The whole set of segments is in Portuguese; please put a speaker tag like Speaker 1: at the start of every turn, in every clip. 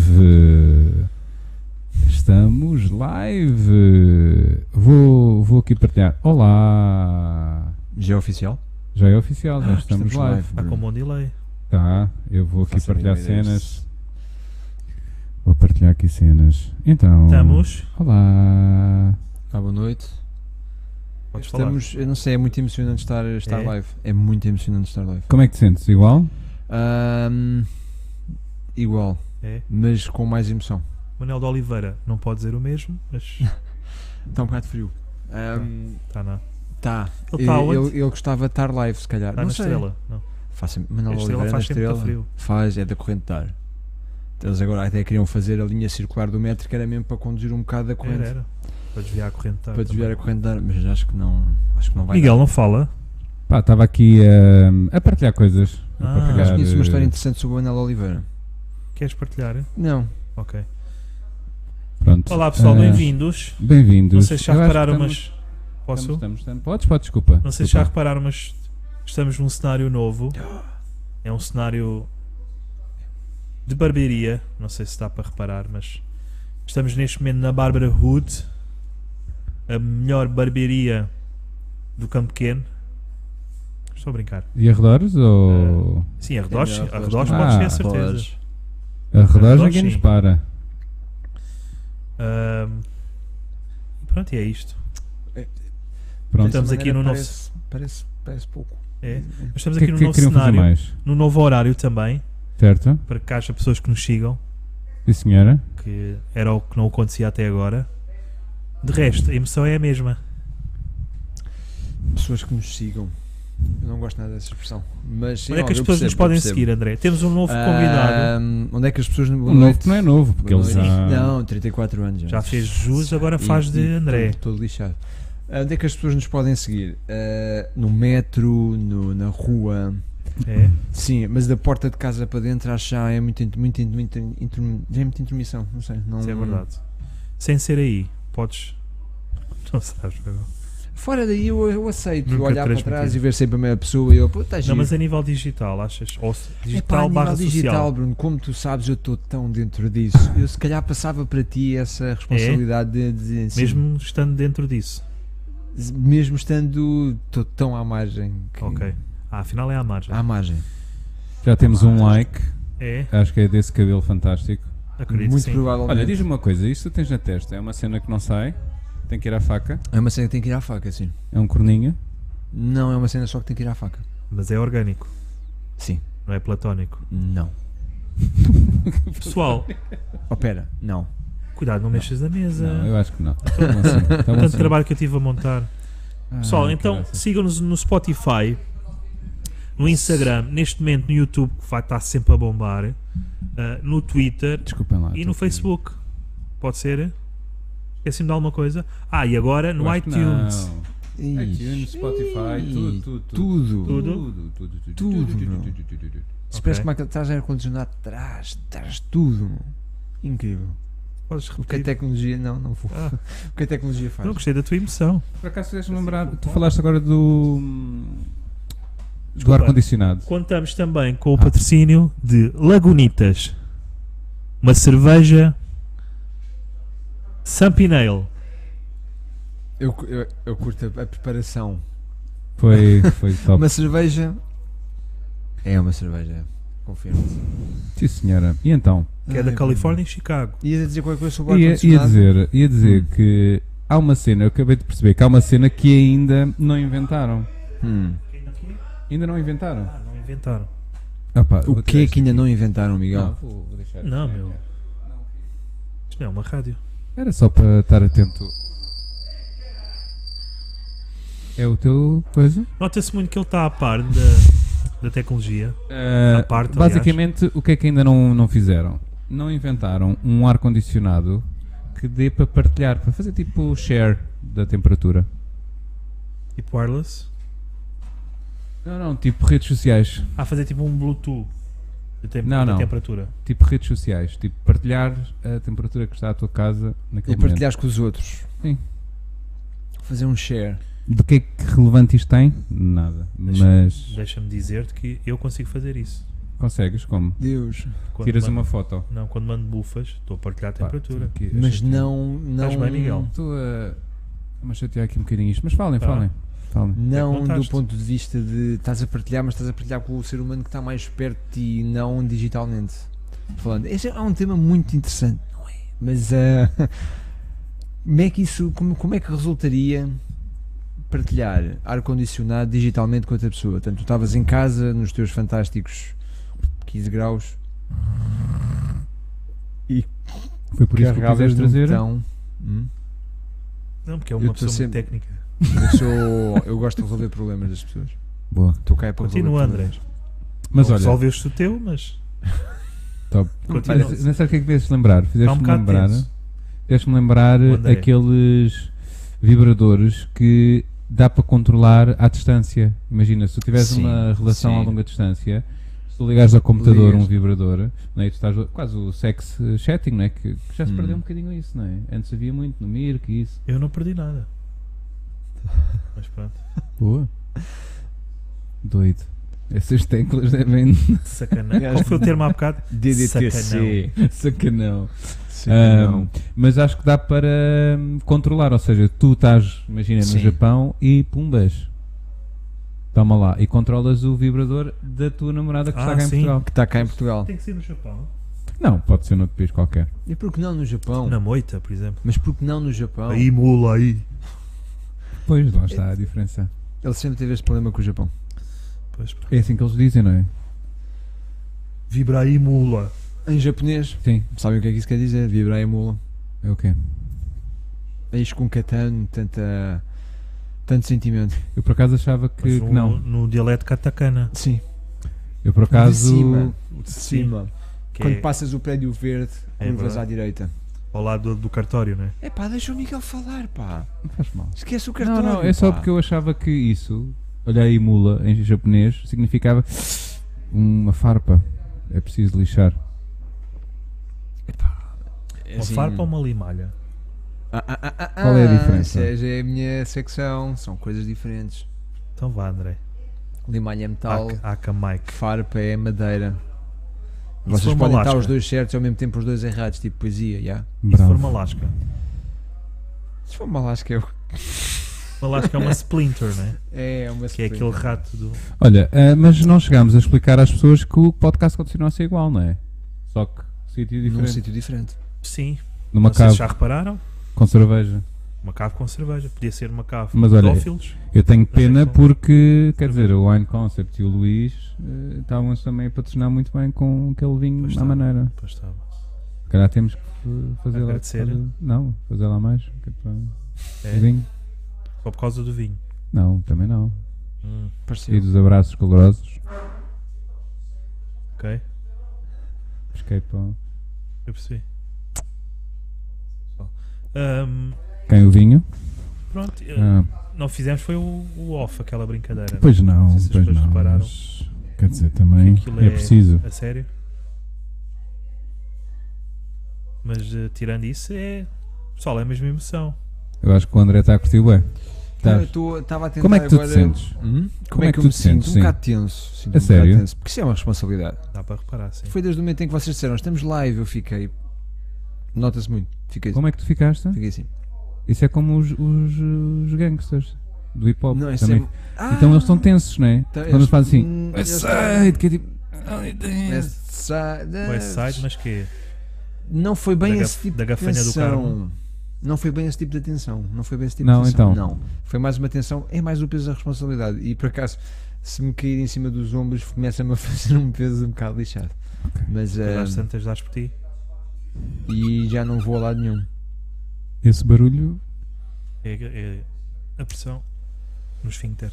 Speaker 1: live. Estamos live. Vou, vou aqui partilhar. Olá.
Speaker 2: Já é oficial?
Speaker 1: Já é oficial,
Speaker 2: Ah,
Speaker 1: já estamos, live.
Speaker 2: Hum.
Speaker 3: Está com um bom delay.
Speaker 1: Tá, eu vou aqui
Speaker 2: Faço a mínima
Speaker 1: partilhar
Speaker 2: ideia
Speaker 1: cenas.
Speaker 2: disso.
Speaker 1: Vou partilhar aqui cenas. Então.
Speaker 3: Estamos.
Speaker 1: Olá.
Speaker 2: Ah, boa noite.
Speaker 3: Podes falar.
Speaker 2: Estamos, eu não sei, é muito emocionante estar, estar
Speaker 3: É?
Speaker 2: live. É muito emocionante estar live.
Speaker 1: Como é que te sentes? Igual?
Speaker 2: Ahm, igual,
Speaker 3: É.
Speaker 2: mas com mais emoção.
Speaker 3: Manuel de Oliveira, não pode dizer o mesmo, mas
Speaker 2: Está um bocado frio. Ahm,
Speaker 3: está na.
Speaker 2: tá.
Speaker 3: Ele está
Speaker 2: eu, eu,
Speaker 3: onde?
Speaker 2: eu gostava de estar live, se calhar.
Speaker 3: Está
Speaker 2: não
Speaker 3: na
Speaker 2: sei.
Speaker 3: estrela. Não.
Speaker 2: Faça,
Speaker 3: A
Speaker 2: Manuel
Speaker 3: estrela
Speaker 2: Oliveira
Speaker 3: faz
Speaker 2: na
Speaker 3: sempre
Speaker 2: estrela.
Speaker 3: muito frio.
Speaker 2: Faz, é da corrente de ar. Eles agora até queriam fazer a linha circular do metro, que era mesmo para conduzir um bocado da corrente.
Speaker 3: Era, era. Para desviar a corrente. Tá,
Speaker 2: Para desviar a
Speaker 3: também.
Speaker 2: corrente de ar, mas acho que não, acho que não vai
Speaker 3: Miguel não fala.
Speaker 1: Pá, estava aqui hum, a partilhar coisas. A
Speaker 3: Ah.
Speaker 2: dar. Mas
Speaker 1: partilhar,
Speaker 2: conheço uma história
Speaker 1: eh,
Speaker 2: interessante sobre o Anel Oliveira.
Speaker 3: Queres partilhar?
Speaker 2: Não,
Speaker 3: Ok.
Speaker 1: pronto.
Speaker 3: Olá pessoal,
Speaker 1: Ah,
Speaker 3: bem-vindos.
Speaker 1: Bem-vindos.
Speaker 3: Não sei se já
Speaker 1: Eu acho que
Speaker 3: repararam,
Speaker 1: estamos-
Speaker 3: mas. Posso?
Speaker 1: Estamos, estamos, estamos. Podes, podes, desculpa.
Speaker 3: Não sei se já
Speaker 1: desculpa.
Speaker 3: repararam, mas estamos num cenário novo. É um cenário de barbearia. Não sei se dá para reparar, mas estamos neste momento na Bárbara Hood, a melhor barbearia do Campo Pequeno. Estou a brincar.
Speaker 1: E arredores
Speaker 3: Eh.
Speaker 1: ou.
Speaker 3: Sim, arredores,
Speaker 2: É melhor,
Speaker 3: arredores
Speaker 1: arredores.
Speaker 3: podes ter
Speaker 1: Ah,
Speaker 3: certeza.
Speaker 2: podes.
Speaker 1: arredores
Speaker 3: arredores,
Speaker 1: ninguém nos
Speaker 3: sim.
Speaker 1: para.
Speaker 3: Ahm, pronto, e é isto.
Speaker 1: Pronto.
Speaker 3: Estamos
Speaker 2: Dessa
Speaker 3: aqui no
Speaker 2: maneira
Speaker 3: nosso-
Speaker 2: Parece, parece, parece pouco.
Speaker 3: É.
Speaker 2: Mas
Speaker 3: Mas estamos
Speaker 1: o que é
Speaker 3: aqui
Speaker 1: que,
Speaker 3: no
Speaker 1: que é que queriam
Speaker 3: novo
Speaker 1: fazer
Speaker 3: cenário,
Speaker 1: mais?
Speaker 3: no novo horário também,
Speaker 1: Certo?
Speaker 3: para que haja pessoas que nos sigam.
Speaker 1: Sim, senhora.
Speaker 3: que era o que não acontecia até agora. De resto, a emoção é a mesma.
Speaker 2: Pessoas que nos sigam. Eu não gosto nada dessa expressão. Mas sim,
Speaker 3: Onde é que
Speaker 2: ó,
Speaker 3: as
Speaker 2: eu
Speaker 3: pessoas nos
Speaker 2: percebo,
Speaker 3: podem
Speaker 2: eu percebo.
Speaker 3: seguir, André? Temos um novo
Speaker 2: Ah,
Speaker 3: convidado,
Speaker 2: onde é que as pessoas.
Speaker 1: O novo que não é novo, porque ele já.
Speaker 2: Não, 34 anos já.
Speaker 3: já fez jus, agora faz
Speaker 2: E-
Speaker 3: de
Speaker 2: e
Speaker 3: André.
Speaker 2: Todo, todo lixado. Ah, onde é que as pessoas nos podem seguir? Ah, no metro, no- na rua.
Speaker 3: É.
Speaker 2: Sim, mas da porta de casa para dentro acho já é muito, muito, muito, muito, intermi- já é muita intermissão. Não sei. Não,
Speaker 3: Isso é verdade. Sem ser aí, podes. Não sabes, meu.
Speaker 2: Fora daí eu, eu aceito
Speaker 3: Nunca
Speaker 2: olhar para
Speaker 3: transmiti.
Speaker 2: trás e ver sempre a mesma pessoa e eu, pô, tá
Speaker 3: Não,
Speaker 2: giro.
Speaker 3: mas a nível digital, achas? Ou se- digital
Speaker 2: Epá, a
Speaker 3: barra
Speaker 2: nível digital,
Speaker 3: social.
Speaker 2: Bruno, como tu sabes, eu estou tão dentro disso. Eu se calhar passava para ti essa responsabilidade de, de assim,
Speaker 3: É? Mesmo estando dentro disso.
Speaker 2: mesmo estando estou tão à margem. que-
Speaker 3: Ok. Ah, afinal é à margem.
Speaker 2: À margem.
Speaker 1: Já temos um like.
Speaker 3: É,
Speaker 1: Acho que é desse cabelo fantástico.
Speaker 3: acredito que
Speaker 2: Muito
Speaker 3: sim.
Speaker 2: provavelmente.
Speaker 1: Olha, diz-me uma coisa, isto tu tens na testa, é uma cena que não sai, tem que ir à faca,
Speaker 2: É uma cena que tem que ir à faca, sim.
Speaker 1: é um corninho.
Speaker 2: Não, é uma cena só que tem que ir à faca.
Speaker 3: Mas é orgânico,
Speaker 2: Sim.
Speaker 3: não é platónico.
Speaker 2: Não.
Speaker 3: Pessoal,
Speaker 2: Oh, pera. Não.
Speaker 3: cuidado, não mexas na mesa.
Speaker 1: Não, eu acho que não. Tá bom assim, tá bom
Speaker 3: eh, Tanto
Speaker 1: assim.
Speaker 3: trabalho que eu tive a montar.
Speaker 1: Ah,
Speaker 3: Pessoal, então
Speaker 1: caraças.
Speaker 3: sigam-nos no Spotify, no Instagram, neste momento no YouTube, que vai estar sempre a bombar, ah, no Twitter
Speaker 1: Desculpem lá.
Speaker 3: e
Speaker 1: tô
Speaker 3: no
Speaker 1: aqui.
Speaker 3: Facebook. Pode ser? Esqueci-me de alguma coisa? Ah, e agora
Speaker 1: Eu
Speaker 3: no
Speaker 1: acho que não.
Speaker 3: iTunes.
Speaker 1: iTunes, Spotify, tudo, tudo,
Speaker 2: Tudo.
Speaker 1: Tudo, tudo, tudo, tudo,
Speaker 2: Tudo,
Speaker 1: tudo,
Speaker 2: meu.
Speaker 1: tudo, tudo, tudo.
Speaker 2: Se
Speaker 3: Ok.
Speaker 2: parece que estás ar-condicionado, traz, traz tudo. meu. Incrível.
Speaker 3: Podes
Speaker 2: O que a
Speaker 3: repetir.
Speaker 2: tecnologia. Não, não vou.
Speaker 3: Ah.
Speaker 2: O que a tecnologia faz?
Speaker 3: Não gostei da tua emoção.
Speaker 1: Por acaso fizeste-me lembrar, tu falaste agora do. do ar-condicionado.
Speaker 3: Contamos também com
Speaker 1: Ah.
Speaker 3: o patrocínio de Lagunitas, uma cerveja Sampinail.
Speaker 2: Eu, cu- eu, eu curto a, a preparação.
Speaker 1: Foi, foi top.
Speaker 2: Uma cerveja. É uma cerveja. Confirmo-te.
Speaker 1: Sim, senhora. E então?
Speaker 3: Que é da Califórnia e Chicago.
Speaker 2: Ah, Ias a dizer qualquer coisa sobre o
Speaker 1: Ia, ia
Speaker 2: ar-condicionado?
Speaker 1: dizer, ia dizer que há uma cena, eu acabei de perceber que há uma cena que ainda não inventaram.
Speaker 2: Hum.
Speaker 1: Ainda não inventaram.
Speaker 3: Ah, não inventaram.
Speaker 1: Opa,
Speaker 2: O que é que ainda não inventaram, Miguel?
Speaker 1: Não, vou, vou deixar.
Speaker 3: Não, meu. Isto não é uma rádio.
Speaker 1: Era só para estar atento. É o teu coisa?
Speaker 3: Nota-se muito que ele está a par da, da tecnologia.
Speaker 1: Ah,
Speaker 3: A parte,
Speaker 1: basicamente, o que é que ainda não, não fizeram? Não inventaram um ar-condicionado que dê para partilhar, para fazer tipo share da temperatura.
Speaker 3: Tipo wireless.
Speaker 1: Não, não, tipo redes sociais.
Speaker 3: A fazer tipo um Bluetooth de, tem-
Speaker 1: Não,
Speaker 3: de
Speaker 1: não.
Speaker 3: temperatura.
Speaker 1: Tipo redes sociais. Tipo partilhar a temperatura que está à tua casa naquele
Speaker 2: E
Speaker 1: momento.
Speaker 2: partilhares com os outros.
Speaker 1: Sim.
Speaker 2: Fazer um share.
Speaker 1: Do que é que relevante isto tem? Nada.
Speaker 3: Deixa-
Speaker 1: Mas.
Speaker 3: Deixa-me dizer-te que eu consigo fazer isso.
Speaker 1: Consegues? Como?
Speaker 2: Deus.
Speaker 3: Quando
Speaker 1: Tiras
Speaker 3: mando-
Speaker 1: uma foto.
Speaker 3: Não, quando mando bufas, estou a partilhar a
Speaker 1: Pá,
Speaker 3: temperatura.
Speaker 1: aqui,
Speaker 2: Mas
Speaker 1: esta-
Speaker 2: não. não
Speaker 3: Estás bem, Miguel?
Speaker 1: Estou a. a chatear aqui um bocadinho isto. Mas falem,
Speaker 3: Tá.
Speaker 1: falem. falem.
Speaker 2: Não do
Speaker 3: contaste.
Speaker 2: ponto de vista de estás a partilhar, mas estás a partilhar com o ser humano que está mais perto de ti, não digitalmente. Falando, este é um tema muito interessante, não é? Mas ah, como é que isso, como, como é que resultaria partilhar ar-condicionado digitalmente com outra pessoa? Portanto, tu estavas em casa nos teus fantásticos 15 graus
Speaker 1: Foi por isso que eu
Speaker 2: carregavas
Speaker 1: quiseste
Speaker 2: num
Speaker 1: trazer.
Speaker 2: botão. Hum?
Speaker 3: Não, porque é
Speaker 2: Eu
Speaker 3: uma
Speaker 2: tô
Speaker 3: pessoa
Speaker 2: sempre-
Speaker 3: muito técnica.
Speaker 2: Eu, sou- eu gosto de resolver problemas das pessoas.
Speaker 1: Boa.
Speaker 2: Estou cá é para
Speaker 3: Continua,
Speaker 2: resolver
Speaker 3: André.
Speaker 2: problemas.
Speaker 1: Mas
Speaker 3: não
Speaker 1: olha,
Speaker 3: resolveste o teu, mas
Speaker 1: top.
Speaker 3: continua.
Speaker 1: Olha, não sei o que é que fizeste lembrar.
Speaker 3: está um
Speaker 1: Fizeste-me
Speaker 3: bocado
Speaker 1: lembrar.
Speaker 3: tenso.
Speaker 1: Deixa-me lembrar
Speaker 3: O André.
Speaker 1: aqueles vibradores que dá para controlar à distância. Imagina, se tu tiveres
Speaker 2: Sim,
Speaker 1: uma relação
Speaker 2: sim.
Speaker 1: a longa distância, se tu ligares ao computador
Speaker 2: Ligas.
Speaker 1: um vibrador, né, e tu estás quase o sex eh, chatting, né, que, que já se
Speaker 2: Hum.
Speaker 1: perdeu um bocadinho isso, não é? Antes havia muito no Mirk e isso.
Speaker 3: Eu não perdi nada. Mas pronto,
Speaker 1: Boa. Doido. Essas teclas devem
Speaker 3: sacanagem. Qual foi o termo há bocado?
Speaker 2: DDTC.
Speaker 1: sacanão.
Speaker 2: Sacanão.
Speaker 1: Ahm, mas acho que dá para hum, controlar, ou seja, tu estás, imagina,
Speaker 2: Sim.
Speaker 1: no Japão e pumbas. Toma lá. E controlas o vibrador da tua namorada que
Speaker 3: Ah,
Speaker 1: está cá em
Speaker 3: sim.
Speaker 1: Portugal.
Speaker 2: que está cá em Portugal.
Speaker 3: Tem que ser no Japão.
Speaker 1: Não, pode ser noutro país qualquer.
Speaker 2: E por que não no Japão?
Speaker 3: Na moita, por exemplo.
Speaker 2: Mas por que não no Japão?
Speaker 3: Aí, mula, aí.
Speaker 1: Pois, lá está a diferença.
Speaker 2: Ele sempre teve este problema com o Japão.
Speaker 3: Pois, pá.
Speaker 1: É assim que eles dizem, não é?
Speaker 3: Vibra aí, mula.
Speaker 2: Em japonês,
Speaker 1: Sim,
Speaker 2: sabem o que é que isso quer dizer? Vibrar a mula.
Speaker 1: é o quê?
Speaker 2: Eis com catano, tanta. Tanto sentimento.
Speaker 1: Eu por acaso achava
Speaker 3: Mas um
Speaker 1: que,
Speaker 3: no,
Speaker 1: que não.
Speaker 3: no dialeto katakana.
Speaker 2: Sim.
Speaker 1: Eu por acaso.
Speaker 2: De cima.
Speaker 3: O de Que
Speaker 2: Quando
Speaker 3: é
Speaker 2: passas o prédio verde,
Speaker 3: É
Speaker 2: curvas
Speaker 3: verdade.
Speaker 2: à direita.
Speaker 3: ao lado do, do cartório, né?
Speaker 2: É pá, deixa o Miguel falar, pá.
Speaker 1: Não faz mal.
Speaker 2: Esquece o
Speaker 1: Não,
Speaker 2: Um cartão.
Speaker 1: não, é só porque eu achava que isso, olha aí mula em japonês, significava uma farpa. É preciso lixar.
Speaker 2: É
Speaker 3: Uma
Speaker 2: assim.
Speaker 3: farpa ou uma limalha?
Speaker 2: Ah, ah, ah, ah,
Speaker 1: Qual é a
Speaker 2: ah,
Speaker 1: diferença?
Speaker 2: Isso é, já é a minha secção, são coisas diferentes.
Speaker 3: Então vá, André.
Speaker 2: Limalha é metal.
Speaker 3: Aca, Aca Mike.
Speaker 2: Farpa é madeira.
Speaker 3: E se for
Speaker 2: Vocês
Speaker 3: uma
Speaker 2: podem estar
Speaker 3: lasca?
Speaker 2: os dois certos e ao mesmo tempo os dois errados, tipo poesia, já.
Speaker 3: E se for
Speaker 1: Bravo.
Speaker 3: uma lasca?
Speaker 2: Se for uma lasca eu.
Speaker 3: Uma lasca é uma splinter, né?
Speaker 2: É uma
Speaker 3: Que é aquele rato do.
Speaker 1: Olha, ah, mas não chegámos a explicar às pessoas que o podcast continua a ser igual, não é? Só que sítio
Speaker 2: Num
Speaker 1: diferente.
Speaker 2: sítio diferente.
Speaker 3: Sim.
Speaker 1: Numa
Speaker 3: não sei
Speaker 1: cave
Speaker 3: se já repararam.
Speaker 1: com cerveja.
Speaker 3: Uma cave com cerveja. Podia ser uma cave
Speaker 1: Mas
Speaker 3: com
Speaker 1: olha,
Speaker 3: pedófilos.
Speaker 1: Eu tenho pena
Speaker 3: Mas é que-
Speaker 1: porque, quer dizer, o Wine Concept e o Luís eh, estavam também a patrocinar muito bem com aquele vinho
Speaker 3: Pois
Speaker 1: à
Speaker 3: está.
Speaker 1: maneira.
Speaker 3: Pois tá bom.
Speaker 1: Se calhar temos que eh, fazer lá.
Speaker 3: Agradecer.
Speaker 1: fazer- não, fazer lá mais. que é para-
Speaker 3: É,
Speaker 1: Vinho?
Speaker 3: Só por causa do vinho.
Speaker 1: Não, também não.
Speaker 3: Hum,
Speaker 1: E
Speaker 2: Pareceu.
Speaker 1: dos abraços calorosos.
Speaker 3: ok.
Speaker 1: Esquei é para
Speaker 3: Eu percebi. Ahm,
Speaker 1: quem o vinho.
Speaker 3: pronto. eh,
Speaker 1: Ah,
Speaker 3: Não fizemos foi o, o off, aquela brincadeira. né?
Speaker 1: pois não,
Speaker 3: Não sei se as
Speaker 1: pois
Speaker 3: pessoas
Speaker 1: não.
Speaker 3: repararam.
Speaker 1: mas, quer dizer, também
Speaker 3: Aquilo
Speaker 1: é
Speaker 3: é-
Speaker 1: preciso.
Speaker 3: A sério. Mas eh, tirando isso, é. Pessoal, é a mesma emoção.
Speaker 1: Eu acho que o André está a curtir bué.
Speaker 2: Não, eu
Speaker 1: Estás?
Speaker 2: tô- tava a tentar
Speaker 1: Como é que tu te
Speaker 2: agora-
Speaker 1: sentes?
Speaker 2: Hum? Como,
Speaker 1: Como
Speaker 2: é
Speaker 1: é
Speaker 2: que
Speaker 1: que
Speaker 2: eu
Speaker 1: tu
Speaker 2: me
Speaker 1: te
Speaker 2: sinto?
Speaker 1: sentes?
Speaker 2: Um
Speaker 1: Sim.
Speaker 2: bocado tenso. Sinto
Speaker 1: A
Speaker 2: um bocado
Speaker 1: sério?
Speaker 2: tenso, Porque isso é uma responsabilidade.
Speaker 3: Dá para reparar, sim.
Speaker 2: Foi desde o momento em que vocês disseram, estamos live, eu fiquei. Nota-se muito. Fiquei,
Speaker 1: Como é que tu ficaste?
Speaker 2: fiquei assim.
Speaker 1: Isso é como os, os, os gangsters do hip hop.
Speaker 2: Não, isso
Speaker 1: também.
Speaker 2: é- Ah!
Speaker 1: Então eles estão tensos, não é?
Speaker 2: Então
Speaker 1: Quando eles fazem assim.
Speaker 2: Hum, eles-
Speaker 1: Westside, que é tipo. "Ai, Deus."
Speaker 2: West Side.
Speaker 3: West Side, mas que
Speaker 2: Não foi bem
Speaker 3: Da
Speaker 2: esse
Speaker 3: gaf-
Speaker 2: tipo
Speaker 3: da
Speaker 2: de
Speaker 3: gafanha do
Speaker 2: atenção. Não foi bem esse tipo de atenção. Não foi bem esse tipo
Speaker 1: Não,
Speaker 2: de atenção.
Speaker 1: então.
Speaker 2: Não. Foi mais uma atenção, é mais o peso da responsabilidade. E por acaso, se me cair em cima dos ombros, começa-me a fazer um peso um bocado lixado. Mas
Speaker 3: Depois
Speaker 2: eh,
Speaker 3: às tantas dás por ti.
Speaker 2: e já não vou a lado nenhum.
Speaker 1: Esse barulho.
Speaker 3: É, é a pressão no esfíncter.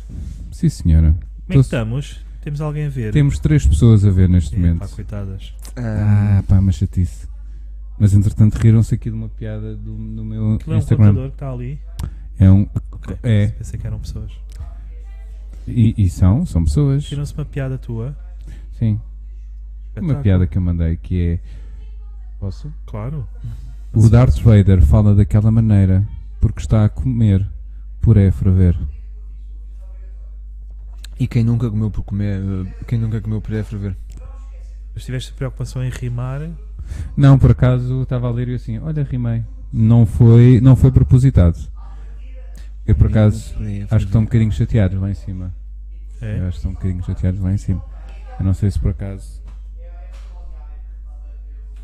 Speaker 1: Sim, senhora.
Speaker 3: Como é que
Speaker 1: Tô-
Speaker 3: estamos? Temos alguém a ver?
Speaker 1: Temos três pessoas a ver neste
Speaker 3: é, pá,
Speaker 1: momento.
Speaker 3: coitadas.
Speaker 2: Ah,
Speaker 1: Ah, pá, mas chatice. Mas entretanto riram-se aqui de uma piada do, no meu
Speaker 3: Aquilo é um
Speaker 1: Instagram.
Speaker 3: computador que está ali.
Speaker 1: É um.
Speaker 3: Ok,
Speaker 1: É.
Speaker 3: Pensei que eram pessoas.
Speaker 1: E, e são, são pessoas.
Speaker 3: Tiram-se uma piada tua.
Speaker 1: Sim. Uma
Speaker 3: Espetáculo.
Speaker 1: piada que eu mandei que é. Posso?
Speaker 3: Claro.
Speaker 1: O Darth Vader fala daquela maneira porque está a comer puré a ferver.
Speaker 2: E quem nunca comeu por comer, eh, quem nunca comeu por é ferver.
Speaker 3: Mas tiveste preocupação em rimar. é?
Speaker 1: Não, por acaso estava a ler e eu assim, olha, rimei. Não foi, não foi propositado. Eu por acaso acho que estão um bocadinho chateados lá em cima.
Speaker 3: É.
Speaker 1: Eu acho que estão um bocadinho chateados lá em cima. Eu não sei se por acaso.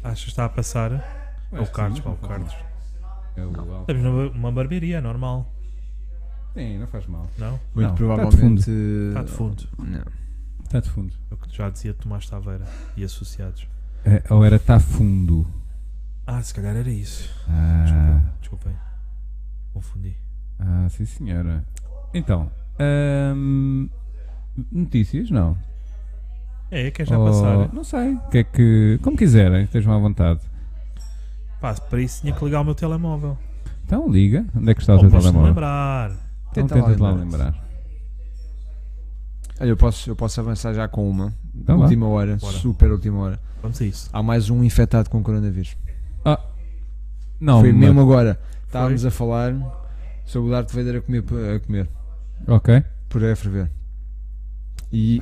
Speaker 3: Achas que está a passar? É o
Speaker 1: Acho que
Speaker 3: Carlos,
Speaker 1: sim,
Speaker 3: pá, o
Speaker 1: não faz
Speaker 3: Carlos. Tá
Speaker 1: mal. É o álcool.
Speaker 3: Estamos numa numa barbearia, é normal,
Speaker 1: Sim, não faz mal.
Speaker 3: não?
Speaker 2: Muito
Speaker 1: Não,
Speaker 2: provavelmente.
Speaker 3: Está de fundo.
Speaker 2: Não.
Speaker 1: Está de fundo.
Speaker 3: É o que já dizia Tomás Taveira e associados.
Speaker 1: É, ou era está fundo.
Speaker 3: Ah, se calhar era isso.
Speaker 1: Ah,
Speaker 3: Desculpem. Confundi.
Speaker 1: ah, sim senhora. Então, ahm, notícias, não?
Speaker 3: É, quer já
Speaker 1: Ou-
Speaker 3: passar?
Speaker 1: Não sei. O Que é que, como quiserem, estejam à vontade.
Speaker 3: Pá, para isso tinha que ligar o meu telemóvel.
Speaker 1: Então liga. Onde é que está o
Speaker 3: Ou
Speaker 1: teu
Speaker 3: posso me
Speaker 1: telemóvel?
Speaker 3: lembrar.
Speaker 1: Então
Speaker 2: Tenta lá
Speaker 1: tenta lá
Speaker 2: lembrar-te.
Speaker 1: lembrar.
Speaker 2: Olha, eu posso, eu posso avançar já com uma.
Speaker 1: Então vá.
Speaker 2: última hora,
Speaker 3: Bora.
Speaker 2: super última hora.
Speaker 3: Vamos a isso.
Speaker 2: Há mais um infectado com coronavírus.
Speaker 1: Não,
Speaker 2: Foi
Speaker 1: mas-
Speaker 2: mesmo agora. Estávamos a falar sobre o Darth Vader a comer, a comer
Speaker 1: Ok.
Speaker 2: por a ferver. E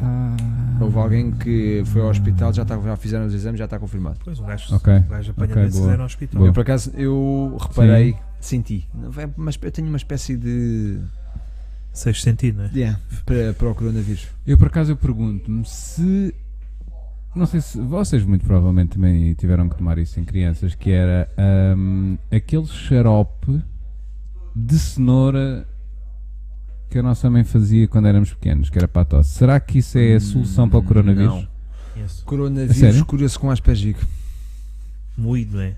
Speaker 2: houve alguém que foi ao hospital, já, tá, já fizeram os exames, já está confirmado.
Speaker 3: Pois, um gajo,
Speaker 1: Ok,
Speaker 3: um gajo apanha
Speaker 1: ok,
Speaker 3: doenças
Speaker 1: boa,
Speaker 3: é no hospital.
Speaker 1: boa.
Speaker 2: Eu, por acaso, eu reparei, senti. Não é, Mas eu tenho uma espécie de.
Speaker 3: Sexto sentido, não é?
Speaker 2: Yeah, para, para o coronavírus.
Speaker 1: Eu por acaso eu pergunto-me se não sei se vocês muito provavelmente também tiveram que tomar isso em crianças, que era hum, aquele xarope de cenoura que a nossa mãe fazia quando éramos pequenos, que era para a tosse. Será que isso é a solução para o coronavírus?
Speaker 2: Não.
Speaker 3: Conheço.
Speaker 1: A
Speaker 2: Coronavírus
Speaker 1: sério?
Speaker 2: cura-se com aspergic.
Speaker 3: Moído, não é?